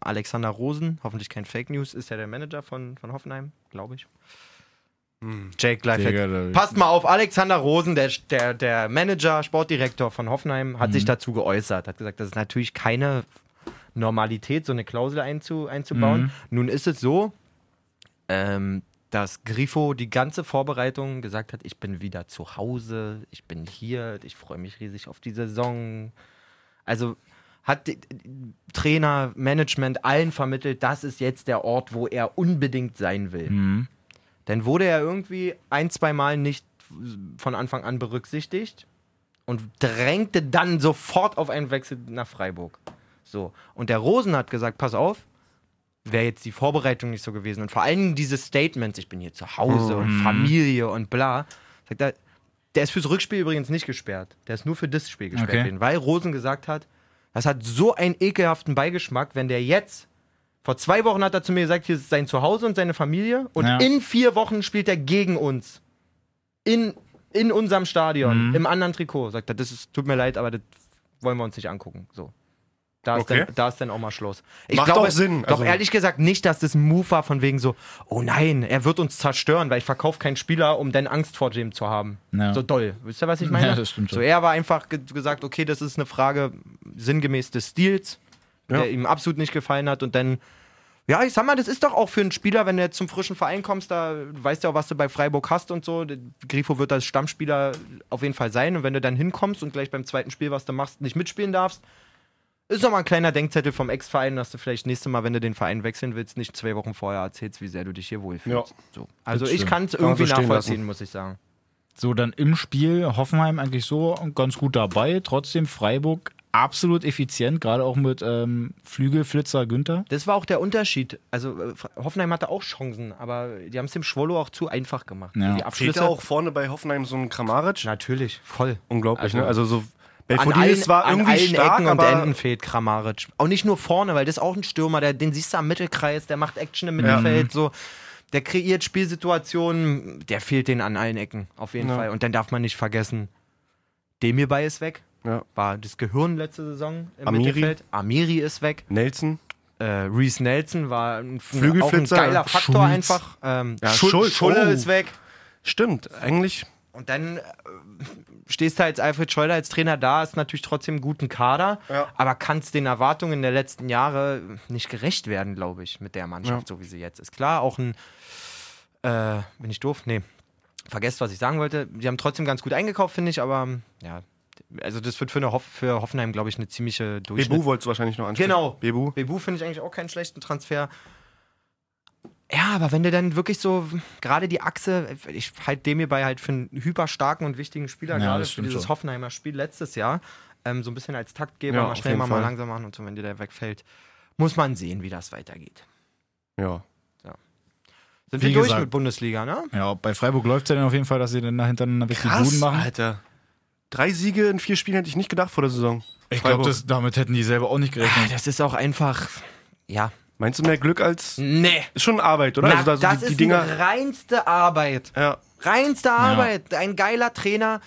Alexander Rosen, hoffentlich kein Fake News, ist ja der Manager von, von Hoffenheim, glaube ich.
Hm.
Jake
Digga,
Gleifeld.
da-
Passt mal auf, Alexander Rosen, der, der, der Manager, Sportdirektor von Hoffenheim, hat sich dazu geäußert. Hat gesagt, das ist natürlich keine Normalität, so eine Klausel einzu, einzubauen. Nun ist es so, ähm, dass Grifo die ganze Vorbereitung gesagt hat, ich bin wieder zu Hause, ich bin hier, ich freue mich riesig auf die Saison. Also hat die- die Trainer, Management allen vermittelt, das ist jetzt der Ort, wo er unbedingt sein will. Dann wurde er irgendwie ein, zweimal nicht von Anfang an berücksichtigt und drängte dann sofort auf einen Wechsel nach Freiburg. So. Und der Rosen hat gesagt, pass auf, wäre jetzt die Vorbereitung nicht so gewesen. Und vor allen Dingen dieses Statement, ich bin hier zu Hause und Familie und bla. Sagt er, der ist fürs Rückspiel übrigens nicht gesperrt. Der ist nur für das Spiel gesperrt,
Okay.
worden, weil Rosen gesagt hat, das hat so einen ekelhaften Beigeschmack, wenn der jetzt. Vor zwei Wochen hat er zu mir gesagt, hier ist sein Zuhause und seine Familie. Und
Ja.
in vier Wochen spielt er gegen uns. In, in unserem Stadion, im anderen Trikot. Sagt er, das ist, tut mir leid, aber das wollen wir uns nicht angucken. So. Da ist,
Okay.
dann, da ist dann auch mal Schluss. Ich
Macht
glaube,
auch Sinn,
Doch
also-
ehrlich gesagt nicht, dass das ein Move war von wegen so, oh nein, er wird uns zerstören, weil ich verkaufe keinen Spieler, um dann Angst vor dem zu haben.
Ja.
So doll. Wisst ihr, was ich meine?
Ja, das stimmt
so,
schon.
er war einfach ge gesagt, okay, das ist eine Frage sinngemäß des Stils,
Ja.
der ihm absolut nicht gefallen hat und dann ja, ich sag mal, das ist doch auch für einen Spieler, wenn du jetzt zum frischen Verein kommst, da weißt du auch, was du bei Freiburg hast und so. Grifo wird als Stammspieler auf jeden Fall sein. Und wenn du dann hinkommst und gleich beim zweiten Spiel, was du machst, nicht mitspielen darfst, ist nochmal ein kleiner Denkzettel vom Ex-Verein, dass du vielleicht nächstes Mal, wenn du den Verein wechseln willst, nicht zwei Wochen vorher erzählst, wie sehr du dich hier wohlfühlst.
Ja.
So. Also
Das
ich
stimmt.
kann es
man
irgendwie
so stehen
nachvollziehen,
lassen.
muss ich sagen.
So, dann im Spiel Hoffenheim eigentlich so ganz gut dabei, trotzdem Freiburg absolut effizient, gerade auch mit ähm, Flügelflitzer Günther.
Das war auch der Unterschied. Also äh, Hoffenheim hatte auch Chancen, aber die haben es dem Schwollo auch zu einfach gemacht.
Ja.
Die
Fehlt
Abschlüsse
da auch vorne bei Hoffenheim so ein Kramaric?
Natürlich, voll.
Unglaublich,
Also-
ne? Also so
An
Belfodil
allen,
war
an
irgendwie
allen
stark,
Ecken und
aber
Enden fehlt Kramaric. Auch nicht nur vorne, weil das ist auch ein Stürmer, der, den siehst du am Mittelkreis, der macht Action im Mittelfeld,
Mhm.
so. Der kreiert Spielsituationen, der fehlt den an allen Ecken, auf jeden
Ja.
Fall. Und dann darf man nicht vergessen, Demirbay ist weg,
Ja.
war das Gehirn letzte Saison im
Amiri.
Mittelfeld. Amiri ist weg,
Nelson,
äh, Reese Nelson war ein, auch ein
Flügelflitzer,
geiler Faktor
Schulz.
einfach. Ähm,
Ja,
Schul
Schulz,
Schulle
oh.
ist weg.
stimmt, eigentlich
Und dann äh, stehst du als Alfred Scheuler als Trainer da, ist natürlich trotzdem einen guten Kader,
Ja.
aber kannst den Erwartungen der letzten Jahre nicht gerecht werden, glaube ich, mit der Mannschaft, so wie sie jetzt ist. Klar, auch ein. Äh, bin ich doof? Nee. Vergesst, was ich sagen wollte. Die haben trotzdem ganz gut eingekauft, finde ich, aber ja, Also das wird für, eine Hoff für Hoffenheim, glaube ich, eine ziemliche Durchschnitt.
Bebu wolltest du wahrscheinlich noch ansprechen.
Genau.
Bebu.
Bebu finde ich eigentlich auch keinen schlechten Transfer. Ja, aber wenn du dann wirklich so, gerade die Achse, ich halte dem hierbei halt für einen hyperstarken und wichtigen Spieler,
Ja,
gerade
das
für
stimmt
dieses
schon.
Hoffenheimer Spiel letztes Jahr, ähm, so ein bisschen als Taktgeber,
Ja,
mal
auf
schnell,
jeden
mal, mal
Fall.
langsam machen und so, wenn dir der wegfällt, muss man sehen, wie das weitergeht.
Ja.
Sind
Wie
wir durch
gesagt.
mit Bundesliga, ne?
Ja, bei Freiburg läuft es ja dann auf jeden Fall, dass sie dann dahinter wirklich die Buden machen.
Alter. Drei Siege in vier Spielen hätte ich nicht gedacht vor der Saison.
Ich
Freiburg.
glaube, damit hätten die selber auch nicht
Genau.
Ah,
gerechnet.
Das ist auch einfach, ja,
Meinst du mehr Glück als.
nee.
Ist schon Arbeit, oder?
Na,
also, also
das
die,
ist
die Dinger.
eine reinste Arbeit.
Ja.
Reinste Arbeit. Ein geiler Trainer.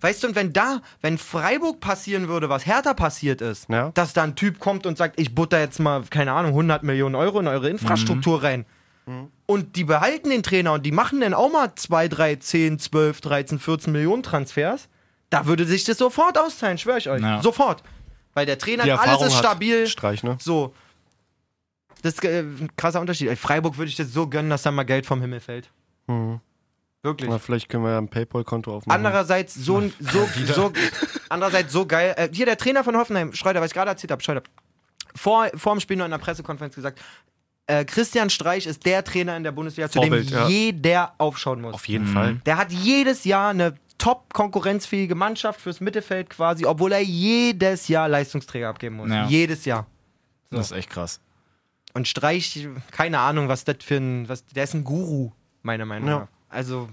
Weißt du, und wenn da, wenn Freiburg passieren würde, was Hertha passiert ist,
Ja.
dass da ein Typ kommt und sagt, ich butter jetzt mal, keine Ahnung, 100 Millionen Euro in eure Infrastruktur
Mhm.
rein. Und die behalten den Trainer und die machen dann auch mal 2, 3, 10, 12, 13, 14 Millionen Transfers. Da würde sich das sofort auszahlen, schwöre ich euch.
Ja.
Sofort. Weil der Trainer,
Die
alles
Erfahrung
ist
hat
stabil.
Streich, ne?
So. Das ist äh, ein krasser Unterschied. Ey, Freiburg würde ich das so gönnen, dass da mal Geld vom Himmel fällt. Wirklich.
Mhm. Na, vielleicht können wir ja ein Paypal-Konto aufmachen.
Mhm. Andererseits so, ein- so, so, andererseits so geil. Äh, hier der Trainer von Hoffenheim, Schreuder, was ich gerade erzählt habe, Schreuder, vor, vor dem Spiel noch in der Pressekonferenz gesagt, äh, Christian Streich ist der Trainer in der Bundesliga,
Vorbild,
zu dem
ja.
jeder aufschauen muss.
Auf jeden Fall.
Der hat jedes Jahr eine top konkurrenzfähige Mannschaft fürs Mittelfeld quasi, obwohl er jedes Jahr Leistungsträger abgeben muss.
Ja.
Jedes Jahr.
Das ist echt krass.
Und Streich, keine Ahnung, was das für ein. Was, der ist ein Guru, meiner Meinung
Ja.
nach. Also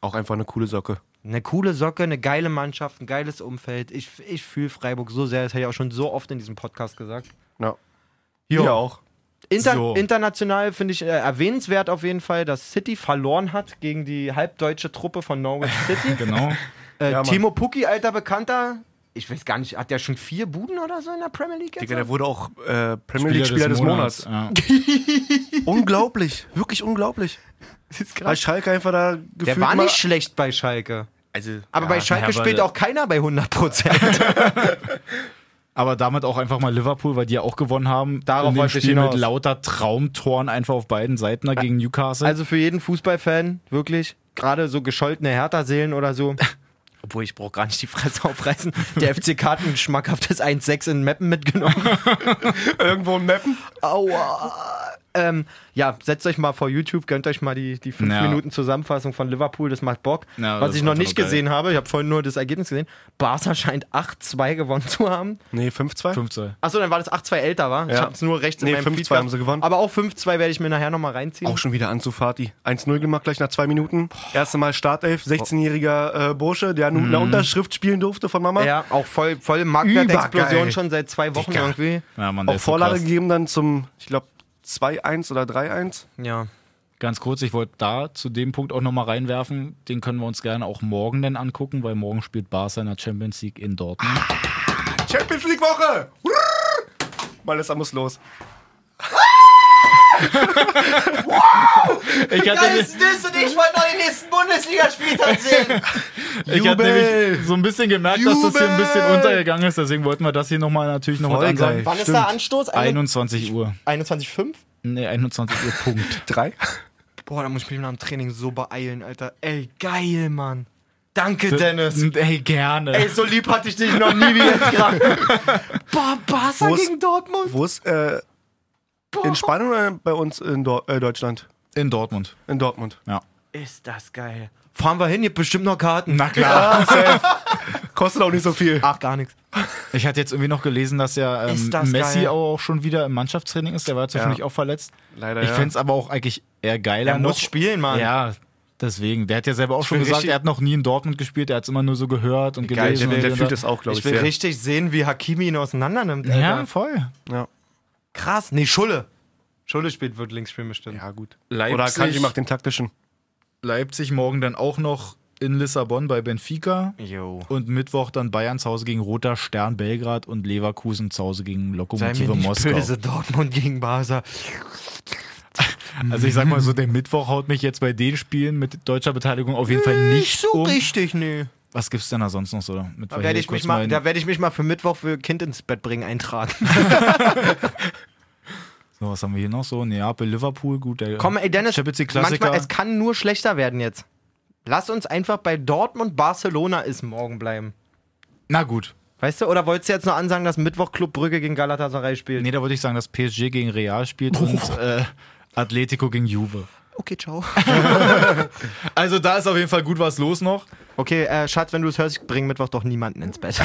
Auch einfach eine coole Socke.
eine coole Socke, eine geile Mannschaft, ein geiles Umfeld. Ich, ich fühle Freiburg so sehr, das habe ich auch schon so oft in diesem Podcast gesagt.
Ja.
Jo.
Hier auch.
Inter
So.
International finde ich äh, erwähnenswert auf jeden Fall, dass City verloren hat gegen die halbdeutsche Truppe von Norwich City.
Genau.
äh,
Ja, Mann.
Timo Pucki, alter Bekannter. Ich weiß gar nicht, hat der schon vier Buden oder so in der Premier League jetzt?
Digga, der wurde auch äh, Premier League-Spieler des, Monats.
Ja.
unglaublich. Wirklich unglaublich.
Das ist
Weil
krass.
Schalke einfach da gefühlt
Der war
mal-
nicht schlecht bei Schalke.
Also,
Aber bei Schalke
aber-
spielt auch keiner bei 100%.
Aber damit auch einfach mal Liverpool, weil die ja auch gewonnen haben.
Darauf
in dem
wollte ich
Spiel
hinaus.
mit lauter Traumtoren einfach auf beiden Seiten da gegen Newcastle.
Also für jeden Fußballfan, wirklich, gerade so gescholtene Hertha-Seelen oder so. Obwohl, ich brauche gar nicht die Fresse aufreißen. Der FCK hat ein schmackhaftes 1-6 in Meppen mitgenommen.
irgendwo in Mappen.
Aua. Ähm, ja, setzt euch mal vor YouTube, gönnt euch mal die, die 5
Ja.
Minuten Zusammenfassung von Liverpool, das macht Bock.
Ja,
Was
das
ich
ist
noch
einfach
nicht
geil.
gesehen habe, ich habe vorhin nur das Ergebnis gesehen. Barca scheint 8-2 gewonnen zu haben.
Nee, 5-2.
15.
Achso, dann war das 8-2 älter, war? Ich
Ja.
habe es nur rechts
Nee,
in meinem
5-2
Feed gehabt.
haben sie gewonnen.
Aber auch 5-2 werde ich mir nachher nochmal reinziehen.
Auch schon wieder Ansu Fati. 1-0 gemacht, gleich nach zwei Minuten. Erste Mal Startelf, 16-jähriger äh, Bursche, der nun eine Unterschrift spielen durfte von Mama.
Ja, auch voll, voll Marktwertexplosion
Übergeil.
schon seit zwei Wochen
Dicker.
irgendwie.
Ja, Mann, der
Auch
ist so
Vorlage
krass.
gegeben dann zum, ich glaube, 2-1 oder 3-1.
Ja.
Ganz kurz, ich wollte da zu dem Punkt auch nochmal reinwerfen. Den können wir uns gerne auch morgen dann angucken, weil morgen spielt Barca in der Champions League in Dortmund.
Champions League Woche! Malessa muss los.
Ich hatte,
das und ich wollte noch den nächsten Bundesligaspieltag sehen.
ich hatte nämlich so ein bisschen gemerkt, dass das hier ein bisschen
Jubel!
untergegangen ist. Deswegen wollten wir das hier nochmal natürlich nochmal
Voll
ansagen.
geil.
Wann ist
Stimmt.
da Anstoß? Eine-
21 Uhr.
21.05?
Nee, 21 Uhr, Punkt.
Drei?
Boah, da muss ich mich nach dem Training so beeilen, Alter. Ey, geil, Mann. Danke, Dennis.
Ey, gerne.
Ey, so lieb hatte ich dich noch nie wie jetzt gerade. Boah, Barca
Wo ist-
gegen Dortmund.
Wo ist, äh, in Spanien oder bei uns in Dor äh, Deutschland?
In Dortmund.
In Dortmund.
Ist das geil. Fahren wir hin, ihr habt bestimmt noch Karten. Na
Klar, safe. Kostet auch nicht so viel.
Ach, gar nichts.
Ich hatte jetzt irgendwie noch gelesen, dass ja ähm,
Ist das
Messi
geil.
auch schon wieder im Mannschaftstraining ist. Der war jetzt wahrscheinlich auch verletzt.
Leider,
Ich
ja.
fände es aber auch eigentlich eher geiler.
Er
noch.
muss spielen, Mann.
Ja, deswegen. Der hat ja selber auch schon
will
gesagt,
richtig-
er hat noch nie in Dortmund gespielt. Er hat es immer nur so gehört und
Geil,
gelesen.
der,
und
der
so.
fühlt es auch, glaube ich,
Ich will
sehr.
richtig sehen, wie Hakimi ihn auseinandernimmt. Alter.
Ja, voll.
Ja.
Krass. Nee, Schulle. Schulle spielt, wird links spielen bestimmt.
ja, gut.
Leipzig-
Oder Kanji macht den taktischen.
Leipzig morgen dann auch noch in Lissabon bei Benfica.
Jo.
Und Mittwoch dann Bayern zu Hause gegen Roter Stern Belgrad und Leverkusen zu Hause gegen
Sei mir
Lokomotive
nicht
Moskau.
böse, Dortmund gegen Barca.
Also ich sag mal so, der Mittwoch haut mich jetzt bei den Spielen mit deutscher Beteiligung auf jeden Fall nicht um.
richtig, nee.
Was gibt's denn da sonst noch so? Damit
Da
wir
werde
hier
ich, mich
kurz
mal-
in-
da werd ich mich mal für Mittwoch für Kind ins Bett bringen eintragen.
So, was haben wir hier noch so? Neapel, Liverpool, gut. Der
Komm, ey, Dennis,
Champions League Klassiker.
manchmal, es kann nur schlechter werden jetzt. Lass uns einfach bei Dortmund Barcelona ist morgen bleiben.
Na gut.
Weißt du, oder wolltest du jetzt noch ansagen, dass Mittwoch Club Brügge gegen Galatasaray spielt?
Nee, da würde ich sagen, dass PSG gegen Real spielt und äh, Atletico gegen Juve.
Okay, ciao.
Also da ist auf jeden Fall gut was los noch.
Okay, äh, Schatz, wenn du es hörst, bring Mittwoch doch niemanden ins Bett.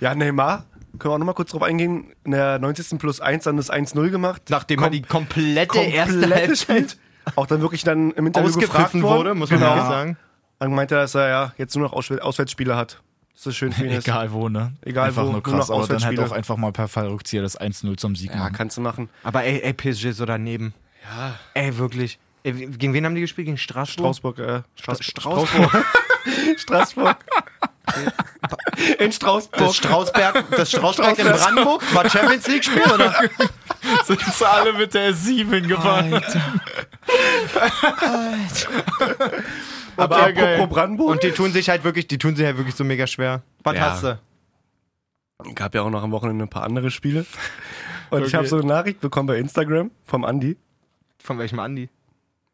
Ja, Neymar, können wir auch nochmal kurz drauf eingehen. In der 90. plus 1 dann das 1-0 gemacht.
Nachdem er die komplette erste
komplettes
Halbzeit
Spiel. Auch dann wirklich dann im Interview gefragt
ausgepfiffen
worden.
wurde, muss man
genau.
ehrlich sagen.
Dann meinte er, dass er ja jetzt nur noch Ausw- Auswärtsspiele hat. Das ist das schön für ihn. ist.
Egal wo, ne?
Egal
einfach
wo,
nur
nur
krass.
noch
Aber dann halt
Auswärtsspiele.
auch einfach mal per Fallrückzieher das 1-0 zum Sieg
Ja,
machen.
kannst du machen.
Aber ey, ey, PSG so daneben. Ja. Ey, wirklich. Ey, wie- gegen wen haben die gespielt? Gegen Straßburg?
Straßburg, äh, Straß
Strauß-
Straßburg. In Straßburg.
Das Strausberg, das Strausberg in Brandenburg? War Champions League Spiel oder?
Sind sie alle mit der 7 gefahren.
Aber
Okay, geil.
apropos Brandenburg.
Und die tun sich halt wirklich, die tun sich halt wirklich so mega schwer. Was
Ja.
hast du?
gab ja auch noch am Wochenende ein paar andere Spiele. Und ich
Okay.
habe so eine Nachricht bekommen bei Instagram vom Andi.
Von welchem Andi?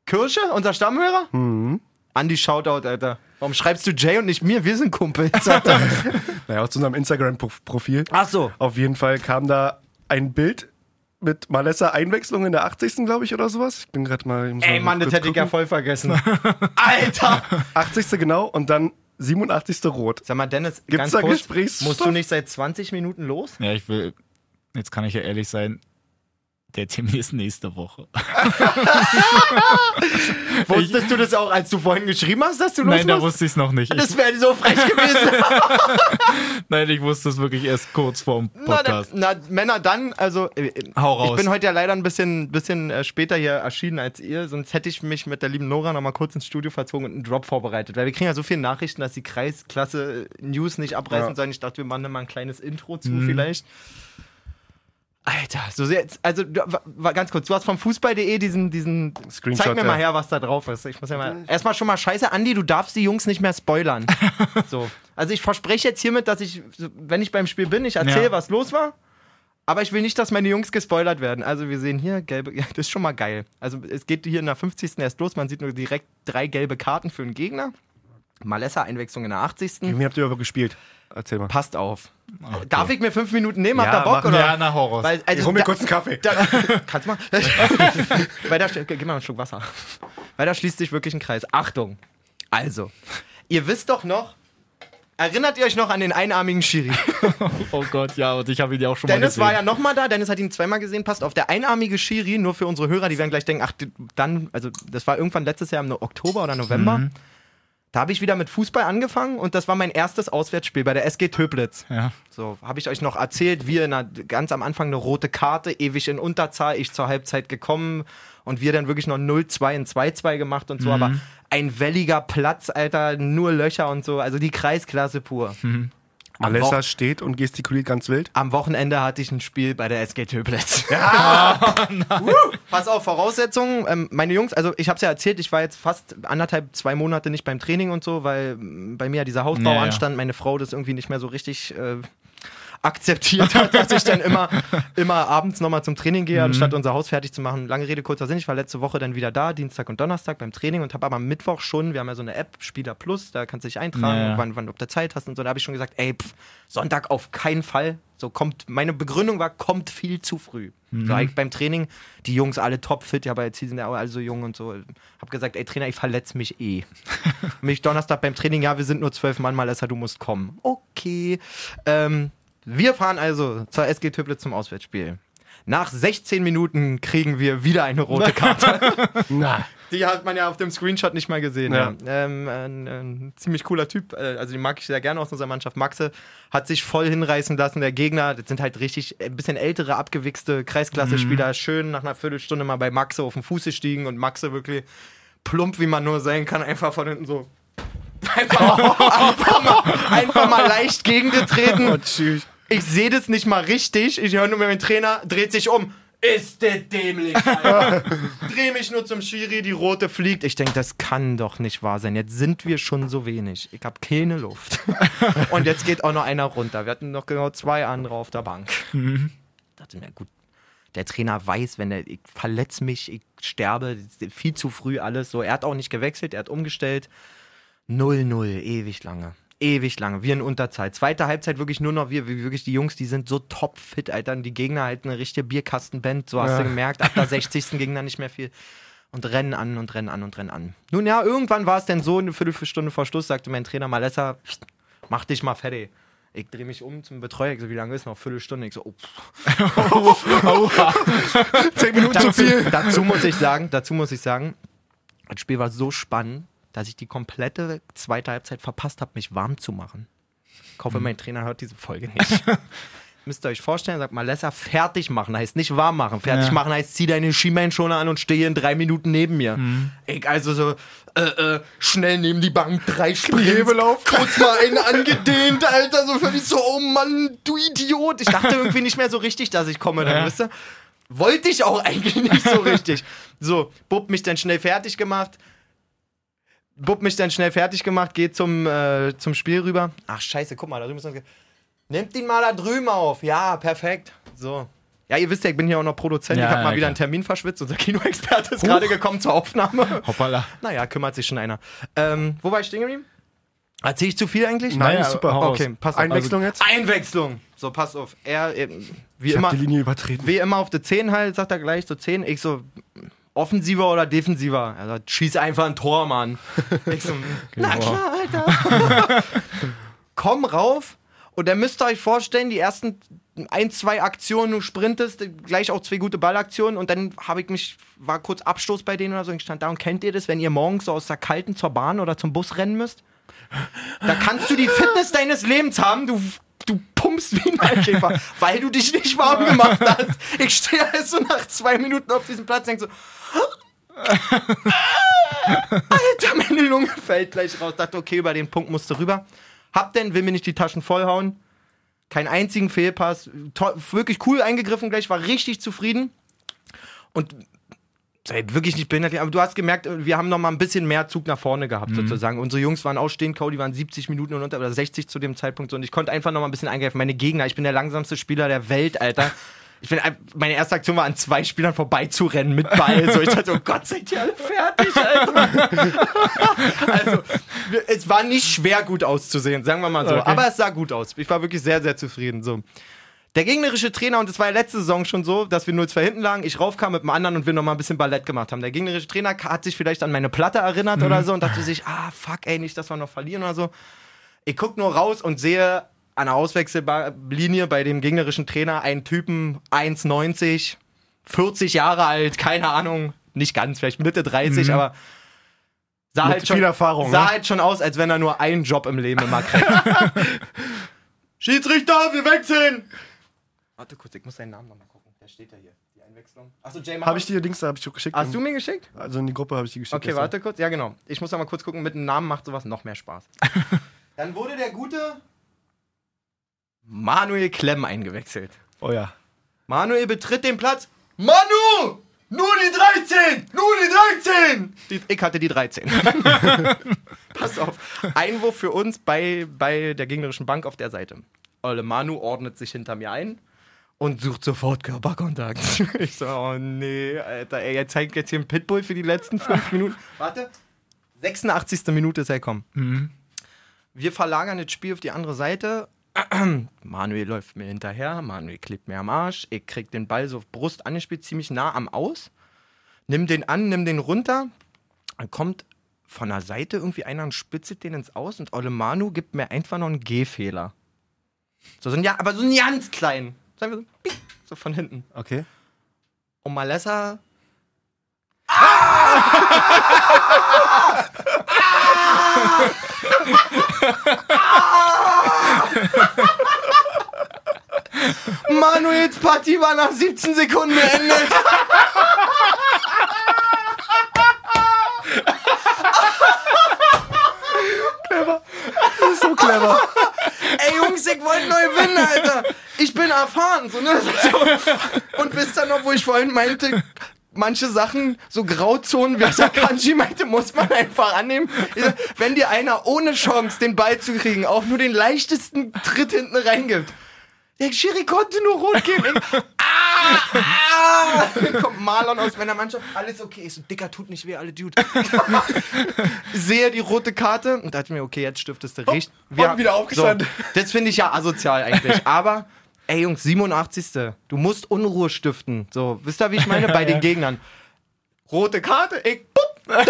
Kirsche, unser Stammhörer? Mhm. Andi Shoutout, Alter. Warum schreibst du Jay und nicht mir? Wir sind Kumpels, Alter.
Naja, aus unserem Instagram-Profil.
Ach so.
Auf jeden Fall kam da ein Bild mit Malessa Einwechslung in der 80. glaube ich oder sowas. Ich bin gerade mal. ich muss
Ey,
mal
Mann, das
kurz
hätte ich ja
gucken.
voll vergessen. Alter!
80. genau und dann 87. rot.
Sag mal, Dennis,
Gibt's
ganz
da
kurz,
Gesprächsstoff?
musst du nicht seit 20 Minuten los?
Ja, ich will. Jetzt kann ich ja ehrlich sein. Der Termin ist nächste Woche.
Wusstest du das auch, als du vorhin geschrieben hast, dass du los
Nein, da
musst?
wusste ich es noch nicht. Ich,
Das wäre so frech gewesen.
nein, ich wusste es wirklich erst kurz vorm
na, dann,
Podcast.
na, Männer, dann, also äh, äh,
Hau raus.
ich bin heute ja leider ein bisschen, bisschen äh, später hier erschienen als ihr, sonst hätte ich mich mit der lieben Nora nochmal kurz ins Studio verzogen und einen Drop vorbereitet, weil wir kriegen ja so viele Nachrichten, dass die Kreisklasse äh, News nicht abreißen
Ja.
sollen. Ich dachte, wir machen da mal ein kleines Intro zu vielleicht. Alter, so sehr, also du- wa- wa- ganz kurz, du hast vom Fußball.de diesen, diesen,
Screenshot,
zeig mir mal
ja.
her, was da drauf ist. Ich muss ja mal, erstmal schon mal scheiße, Andi, du darfst die Jungs nicht mehr spoilern. so. Also ich verspreche jetzt hiermit, dass ich, wenn ich beim Spiel bin, ich erzähle,
Ja.
was los war, aber ich will nicht, dass meine Jungs gespoilert werden. Also wir sehen hier gelbe, ja, das ist schon mal geil. Also es geht hier in der 50. erst los, man sieht nur direkt drei gelbe Karten für den Gegner. Malessa Einwechslung in der 80.
Wie habt ihr aber gespielt? Erzähl mal.
Passt auf. Darf ich mir fünf Minuten nehmen? Habt
Ja,
ihr Bock?
mach-
Oder?
Ja, na Horror.
Weil, also,
ich hol mir
da-
kurz einen Kaffee.
da, kannst du mal? Weil da, gib mal einen Schluck Wasser. Weil da schließt sich wirklich ein Kreis. Achtung. Also, ihr wisst doch noch, erinnert ihr euch noch an den einarmigen Schiri?
Oh Gott, ja, und ich habe ihn ja auch schon
Dennis
mal
war
gesehen.
ja nochmal da, Dennis hat ihn zweimal gesehen, passt auf. Der einarmige Schiri, nur für unsere Hörer, die werden gleich denken, ach, die- dann, also das war irgendwann letztes Jahr im No- Oktober oder November.
Mhm.
Da habe ich wieder mit Fußball angefangen und das war mein erstes Auswärtsspiel bei der SG Töplitz.
ja.
So, habe ich euch noch erzählt, wir in einer, ganz am Anfang eine rote Karte, ewig in Unterzahl, ich zur Halbzeit gekommen und wir dann wirklich noch 0-2 in 2-2 gemacht und so, aber
Mhm.
ein welliger Platz, Alter, nur Löcher und so, also die Kreisklasse pur. Am, Wo
Malessa steht und gestikuliert ganz wild.
am Wochenende hatte ich ein Spiel bei der SG Töplitz. Ja! Woo! Pass auf, Voraussetzungen, ähm, meine Jungs, also ich habe es ja erzählt, ich war jetzt fast anderthalb, zwei Monate nicht beim Training und so, weil mm, bei mir ja dieser Hausbau
Ja, ja.
anstand, meine Frau das irgendwie nicht mehr so richtig... Äh, akzeptiert hat, dass ich dann immer, immer abends nochmal zum Training gehe,
Mhm.
anstatt unser Haus fertig zu machen. Lange Rede, kurzer Sinn. Ich war letzte Woche dann wieder da, Dienstag und Donnerstag beim Training und habe aber am Mittwoch schon, wir haben ja so eine App, Spieler Plus, da kannst du dich eintragen,
Ja, ja.
wann, wann, ob du Zeit hast und so. Da habe ich schon gesagt, ey, pff, Sonntag auf keinen Fall. So kommt, meine Begründung war, kommt viel zu früh.
Mhm.
So, ich beim Training, die Jungs alle topfit, ja, aber jetzt die sind ja auch alle so jung und so. Hab gesagt, ey Trainer, ich verletze mich eh. Mich Donnerstag beim Training, ja, wir sind nur zwölf Mann, Malessa, du musst kommen. Okay. Ähm, wir fahren also zur SG Töplitz zum Auswärtsspiel. Nach 16 Minuten kriegen wir wieder eine rote Karte.
Na.
Die hat man ja auf dem Screenshot nicht mal gesehen. Ja.
Ja.
Ähm, ein, ein ziemlich cooler Typ, äh, also den mag ich sehr gerne aus unserer Mannschaft. Maxe hat sich voll hinreißen lassen. Der Gegner, das sind halt richtig äh, ein bisschen ältere, abgewichste Kreisklasse-Spieler. Schön nach einer Viertelstunde mal bei Maxe auf den Fuß gestiegen und Maxe wirklich plump, wie man nur sein kann, einfach von hinten so. Einfach, einfach, mal, einfach mal leicht gegengetreten.
Tschüss.
Ich sehe das nicht mal richtig. Ich höre nur meinen Trainer, dreht sich um. Ist der dämlich, Alter. Dreh mich nur zum Schiri, die rote fliegt. Ich denke, das kann doch nicht wahr sein. Jetzt sind wir schon so wenig. Ich habe keine Luft. Und jetzt geht auch noch einer runter. Wir hatten noch genau zwei andere auf der Bank. Dachte mir, gut, der Trainer weiß, wenn er, ich verletze mich, ich sterbe, das ist viel zu früh alles so. Er hat auch nicht gewechselt, er hat umgestellt. 0-0, ewig lange. ewig lange. Wir in Unterzeit. Zweite Halbzeit wirklich nur noch wir. wir- Wirklich die Jungs, die sind so topfit, Alter. Und die Gegner halt eine richtige Bierkastenband. So hast du gemerkt. Ab der 60. ging da nicht mehr viel. Und rennen an und rennen an und rennen an. Nun ja, irgendwann war es denn so, eine Viertelstunde vor Schluss sagte mein Trainer Malessa, mach dich mal fertig. Ich drehe mich um zum Betreuer. Ich so, wie lange ist noch? Viertelstunde. Ich so, oh, pff.
Zehn Minuten zu
dazu,
viel.
dazu muss ich sagen, dazu muss ich sagen, das Spiel war so spannend, dass ich die komplette zweite Halbzeit verpasst habe, mich warm zu machen. Ich
Mhm.
hoffe, mein Trainer hört diese Folge nicht. Müsst ihr euch vorstellen, sagt Malessa, fertig machen heißt nicht warm machen. Fertig
Ja.
machen heißt, zieh deine Schienbeinschoner an und stehe in drei Minuten neben mir.
Mhm.
Ich also so, äh, äh, schnell neben die Bank, drei Sprints, kurz mal einen angedehnt, Alter, so für mich so, oh Mann, du Idiot. Ich dachte irgendwie nicht mehr so richtig, dass ich komme, dann
Ja.
wisst ihr. Wollte ich auch eigentlich nicht so richtig. So, Bub mich dann schnell fertig gemacht. Bub mich dann schnell fertig gemacht, geht zum, äh, zum Spiel rüber. Ach, scheiße, guck mal, da drüben ist noch... Nehmt ihn mal da drüben auf. Ja, perfekt. So. Ja, ihr wisst ja, ich bin hier auch noch Produzent.
Ja,
ich habe
ja,
mal
klar.
wieder einen Termin verschwitzt. Unser Kinoexperte ist gerade gekommen zur Aufnahme.
Hoppala.
Naja, kümmert sich schon einer. Ähm, wo war ich stehen geblieben? Erzähl ich zu viel eigentlich?
Nein,
Naja,
super.
hau raus.
Okay, pass auf. Also,
Einwechslung jetzt?
Einwechslung. So, pass auf. Er, eben, wie
Ich hab
immer
die Linie übertreten.
wie immer auf der 10 halt, sagt er gleich so 10. Ich so, offensiver oder defensiver? Er sagt, schieß einfach ein Tor, Mann. Ich so, na klar, Alter. Komm rauf und dann müsst ihr euch vorstellen, die ersten ein, zwei Aktionen, du sprintest, gleich auch zwei gute Ballaktionen und dann habe ich mich, war kurz Abstoß bei denen oder so, ich stand da und kennt ihr das, wenn ihr morgens so aus der Kalten zur Bahn oder zum Bus rennen müsst? Da kannst du die Fitness deines Lebens haben, du, du pumpst wie ein Maikäfer, weil du dich nicht warm gemacht hast. Ich stehe erst so nach zwei Minuten auf diesem Platz und denk so, Alter, meine Lunge fällt gleich raus. Dachte, okay, über den Punkt musst du rüber. Hab denn, will mir nicht die Taschen vollhauen. Keinen einzigen Fehlpass. To wirklich cool eingegriffen gleich, war richtig zufrieden. Und sei wirklich nicht behindert, aber du hast gemerkt, äh, wir haben noch mal ein bisschen mehr Zug nach vorne gehabt, sozusagen. Unsere Jungs waren ausstehend, Cody waren 70 Minuten und unter, oder 60 zu dem Zeitpunkt so. Und ich konnte einfach noch mal ein bisschen eingreifen. Meine Gegner, ich bin der langsamste Spieler der Welt, Alter. Ich bin, ein- meine erste Aktion war, an zwei Spielern vorbeizurennen mit Ball. So, ich dachte, oh Gott, seid ihr alle fertig, Alter. Also, wir- es war nicht schwer, gut auszusehen, sagen wir mal so.
Okay.
Aber es sah gut aus. Ich war wirklich sehr, sehr zufrieden. So. Der gegnerische Trainer, und das war ja letzte Saison schon so, dass wir 0-2 hinten lagen, ich raufkam mit dem anderen und wir nochmal ein bisschen Ballett gemacht haben. Der gegnerische Trainer hat sich vielleicht an meine Platte erinnert oder so und dachte sich, ah, fuck, ey, nicht, dass wir noch verlieren oder so. Ich guck nur raus und sehe an der Auswechsellinie bei dem gegnerischen Trainer einen Typen 1,90, 40 Jahre alt, keine Ahnung, nicht ganz, vielleicht Mitte 30, aber sah,
Mhm. Mit
halt schon,
viel Erfahrung,
sah
ne?
halt schon aus, als wenn er nur einen Job im Leben immer kriegt. Schiedsrichter, wir wechseln! Warte kurz, ich muss seinen Namen nochmal gucken. Der steht ja hier. Die Einwechslung. Achso, Jay
Habe ich dir Dings, da habe ich dir geschickt.
Hast du mir geschickt?
also in die Gruppe habe ich die geschickt.
Okay,
gestern.
warte kurz. Ja, genau. Ich muss noch mal kurz gucken, mit einem Namen macht sowas noch mehr Spaß. Dann wurde der gute Manuel Klemm eingewechselt.
Oh ja.
Manuel betritt den Platz. Manu! Nur die 13! Nur die 13! Die, ich hatte die 13. Pass auf. Einwurf für uns bei, bei der gegnerischen Bank auf der Seite. Olle Manu ordnet sich hinter mir ein und sucht sofort Körperkontakt. Ich so, oh nee, Alter, ey, er zeigt jetzt hier einen Pitbull für die letzten fünf Minuten. Warte. 86. Minute ist er gekommen. Wir verlagern das Spiel auf die andere Seite Manuel läuft mir hinterher, Manuel klebt mir am Arsch, ich krieg den Ball so auf Brust angespielt, ziemlich nah am Aus, nimm den an, nimm den runter, dann kommt von der Seite irgendwie einer und spitzelt den ins Aus und Ole Manu gibt mir einfach noch einen Gehfehler. So, so ein, ja, aber so einen ganz kleinen. So, einfach so, piep, so von hinten.
Okay.
Und Malessa. Manuels Partie war nach 17 Sekunden beendet.
Das ist so clever.
Ey Jungs, ich wollte neu gewinnen, Alter. Ich bin erfahren. So, ne? so. Und wisst ihr noch, wo ich vorhin meinte, manche Sachen, so Grauzonen, wie Sakanji meinte, muss man einfach annehmen. Ich sag, Wenn dir einer ohne Chance, den Ball zu kriegen, auch nur den leichtesten Tritt hinten reingibt. Der Schiri konnte nur rot geben. Ich, ah! kommt Marlon aus meiner Mannschaft, alles okay. Ich so, Dicker, tut nicht weh, alle Dude. Sehe die rote Karte und dachte mir, okay, jetzt stiftest du richtig.
und wieder aufgestanden.
So, das finde ich ja asozial eigentlich. Aber, ey Jungs, 87. Du musst Unruhe stiften. So, wisst ihr, wie ich meine? Bei den Gegnern. Rote Karte, ich, bup,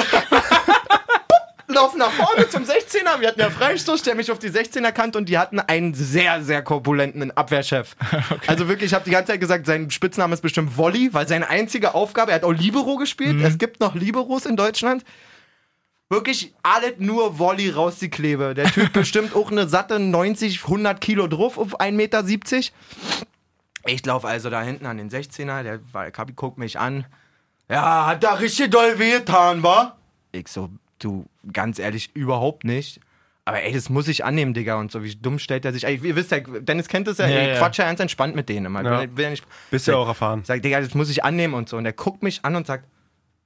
laufen nach vorne zum 16er. Wir hatten ja Freistoß, der mich auf die 16er kannte und die hatten einen sehr, sehr korpulenten Abwehrchef. Also wirklich, ich habe die ganze Zeit gesagt, sein Spitzname ist bestimmt Volley, weil seine einzige Aufgabe, er hat auch Libero gespielt. Es gibt noch Liberos in Deutschland. Wirklich alles nur Volley raus die Klebe. Der Typ bestimmt auch eine satte 90, 100 Kilo drauf auf 1,70 Meter. Ich laufe also da hinten an den 16er, der war- Kapi guckt mich an. Ja, hat da richtig doll wehgetan, wa? Ich so, du, ganz ehrlich, überhaupt nicht. Aber ey, das muss ich annehmen, Digga. Und so, wie dumm stellt er sich. Ey, ihr wisst ja, Dennis kennt das ja,
Ja,
ich
ja.
quatsch ja ganz entspannt mit denen immer.
Ja.
Ich Will ja nicht,
Bist ja auch erfahren.
ich sag, Digga, das muss ich annehmen und so. Und er guckt mich an und sagt,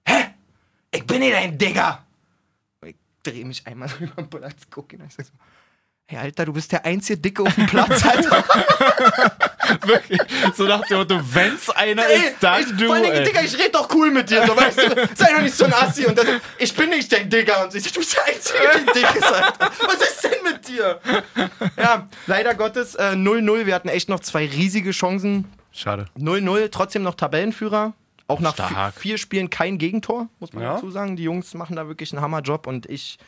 Hä? Ich bin nicht dein Digga! Und ich dreh mich einmal so über den Platz, guck ihn an. Ich sag so, Hey, Alter, du bist der einzige Dicke auf dem Platz, Alter.
So nach dem Motto, wenn's einer
Ey,
ist, dann
ich,
du.
Vor allen Dingen,
ey.
Digga, ich red doch cool mit dir, so, weißt du? Sei doch nicht so ein Assi. Und das, ich bin nicht dein Digga. Und ich so, du bist der Einzige, der dick ist, Alter. Was ist denn mit dir? Ja, leider Gottes, äh, 0-0. Wir hatten echt noch zwei riesige Chancen.
Schade.
0-0, trotzdem noch Tabellenführer. Auch nach
Stark.
vi- vier Spielen kein Gegentor, muss man
Ja.
dazu sagen. Die Jungs machen da wirklich einen Hammerjob und ich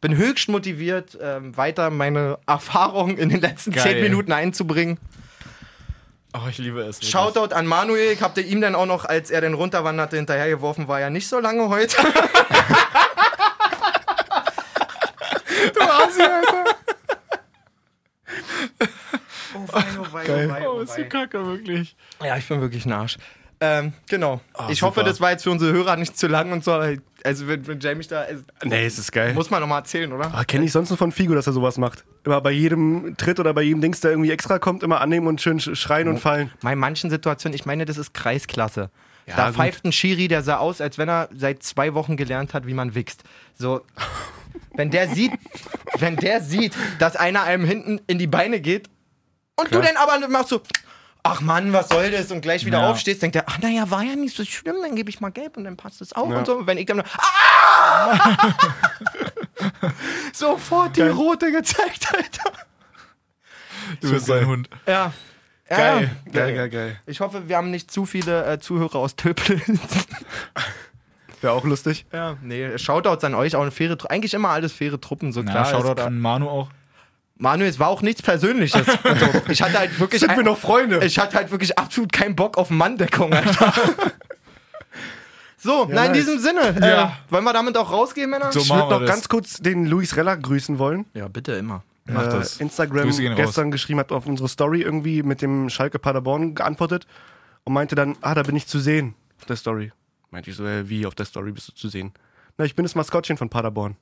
bin höchst motiviert, ähm, weiter meine Erfahrung in den letzten
Geil.
zehn Minuten einzubringen.
Oh, ich liebe es. wirklich.
Shoutout an Manuel. Ich hab dir ihm dann auch noch, als er dann runterwanderte, hinterhergeworfen, war ja nicht so lange heute.
Du Assi, Alter.
Oh, wei, oh, wei, oh, wei,
Oh, ist so kacke, wirklich.
Ja, ich bin wirklich ein Arsch. Ähm, genau. ich
super.
hoffe, das war jetzt für unsere Hörer nicht zu lang und so. Also, wenn, wenn Jamie da. Also,
Nee, es ist geil.
muss man nochmal erzählen, oder?
Ah, Kenne ich sonst noch von Figo, dass er sowas macht. Immer bei jedem Tritt oder bei jedem Dings, der irgendwie extra kommt, immer annehmen und schön sch- schreien und fallen.
Bei manchen Situationen, ich meine, das ist Kreisklasse.
Ja,
da
gut.
pfeift ein Schiri, der sah aus, als wenn er seit zwei Wochen gelernt hat, wie man wichst. So, wenn der sieht, wenn der sieht, dass einer einem hinten in die Beine geht und du dann aber machst so, ach Mann, was soll das? Und gleich wieder
Ja.
aufstehst, denkt er, ach naja, war ja nicht so schlimm, dann gebe ich mal gelb und dann passt es auch
Ja.
und so. Und wenn ich dann nur, ah! Sofort die rote gezeigt, Alter.
Du bist ein Hund.
Ja. Ja, ja.
Geil.
Geil, geil, geil.
Ich hoffe, wir haben nicht zu viele äh, Zuhörer aus Töplitz.
Wäre auch lustig.
Ja, nee, Shoutouts an euch, auch eine faire Tru- Eigentlich immer alles faire Truppen, so
Na,
klar.
Shoutout
es-
an Manu auch.
Manuel, es war auch nichts Persönliches. Also, ich hatte halt wirklich.
Sind wir noch Freunde?
Ich hatte halt wirklich absolut keinen Bock auf Manndeckung, Alter. so, na, in
nice.
diesem Sinne.
Ja.
Äh, wollen wir damit auch rausgehen, Männer?
So
ich
machen
würde noch
wir das.
ganz kurz den Luis Rella grüßen wollen.
ja, bitte immer.
Mach das.
Äh, Instagram
Grüße gehen raus.
gestern geschrieben hat auf unsere Story irgendwie mit dem Schalke Paderborn geantwortet und meinte dann, ah, da bin ich zu sehen auf der Story. Meinte ich so, äh, wie auf der Story bist du zu sehen? Na, ich bin das Maskottchen von Paderborn.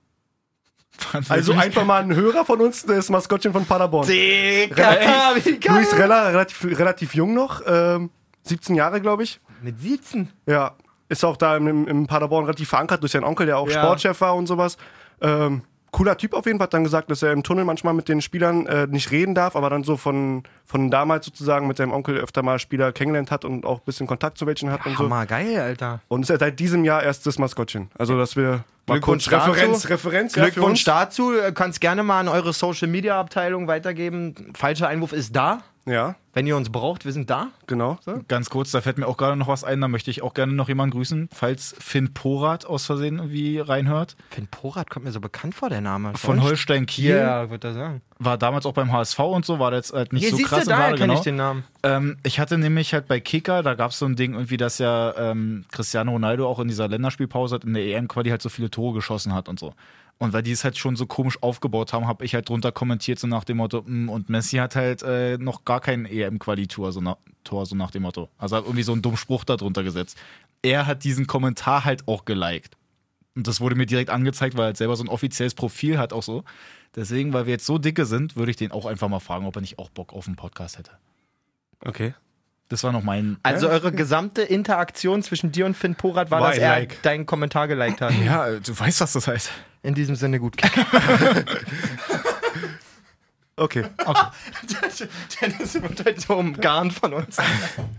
Also einfach mal ein Hörer von uns, das Maskottchen von Paderborn.
Digga, wie geil.
Luis Rella, relativ, relativ jung noch, ähm, 17 Jahre, glaube ich.
Mit 17.
Ja, ist auch da im, im Paderborn relativ verankert durch seinen Onkel, der auch
Ja.
Sportchef war und sowas. Ähm, cooler Typ auf jeden Fall, hat dann gesagt, dass er im Tunnel manchmal mit den Spielern äh, nicht reden darf, aber dann so von, von damals sozusagen mit seinem Onkel öfter mal Spieler kennengelernt hat und auch ein bisschen Kontakt zu welchen hat und so.
Hammer, geil, Alter.
Und ist er seit diesem Jahr erst das Maskottchen. Also, dass wir mal
Glückwunsch
kurz Referenz,
dazu.
Referenz, ja, für
Glückwunsch
uns.
dazu. Äh, Kannst gerne mal an eure Social Media Abteilung weitergeben. Falscher Einwurf ist da.
Ja,
Wenn ihr uns braucht, wir sind da.
genau.
Ganz kurz, da fällt mir auch gerade noch was ein, da möchte ich auch gerne noch jemanden grüßen, falls Finn Porat aus Versehen irgendwie reinhört.
Finn Porat kommt mir so bekannt vor, der Name.
Von Holstein Kiel,
Ja, würde er sagen.
war damals auch beim HSV und so, war da jetzt halt nicht
Hier
so
siehst
krass im
du, daher
Kader,
kenne
genau.
ich den Namen.
Ähm, ich hatte nämlich halt bei Kicker, da gab es so ein Ding irgendwie, dass ja ähm, Cristiano Ronaldo auch in dieser Länderspielpause halt in der EM-Quali halt so viele Tore geschossen hat und so. Und weil die es halt schon so komisch aufgebaut haben, habe ich halt drunter kommentiert, so nach dem Motto, "Mm, und Messi hat halt äh, noch gar kein EM-Quali-Tor, so, na Tor, so nach dem Motto. Also hat irgendwie so einen dummen Spruch da drunter gesetzt. Er hat diesen Kommentar halt auch geliked. Und das wurde mir direkt angezeigt, weil er halt selber so ein offizielles Profil hat, auch so. Deswegen, weil wir jetzt so dicke sind, würde ich den auch einfach mal fragen, ob er nicht auch Bock auf einen Podcast hätte.
Okay.
Das war noch mein.
Also eure gesamte Interaktion zwischen dir und Finn Porat war,
War
dass
ein
er
Like.
deinen Kommentar geliked hat.
Ja, du weißt, was das heißt.
In diesem Sinne gut.
Okay.
Dennis wird halt so umgarnt von uns.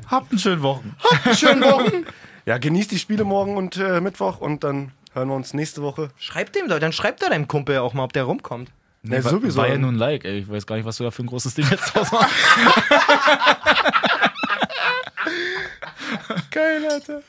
Habt einen schönen Wochen.
Schönen Wochen. Ja, genießt die Spiele morgen und äh, Mittwoch und dann hören wir uns nächste Woche.
Schreib dem doch, dann schreib da deinem Kumpel auch mal, ob der rumkommt.
Nee,
war,
Äh, sowieso.
War ja nur ein Like, ey. Ich weiß gar nicht, was du da für ein großes Ding jetzt draus machst.
Geil, Alter.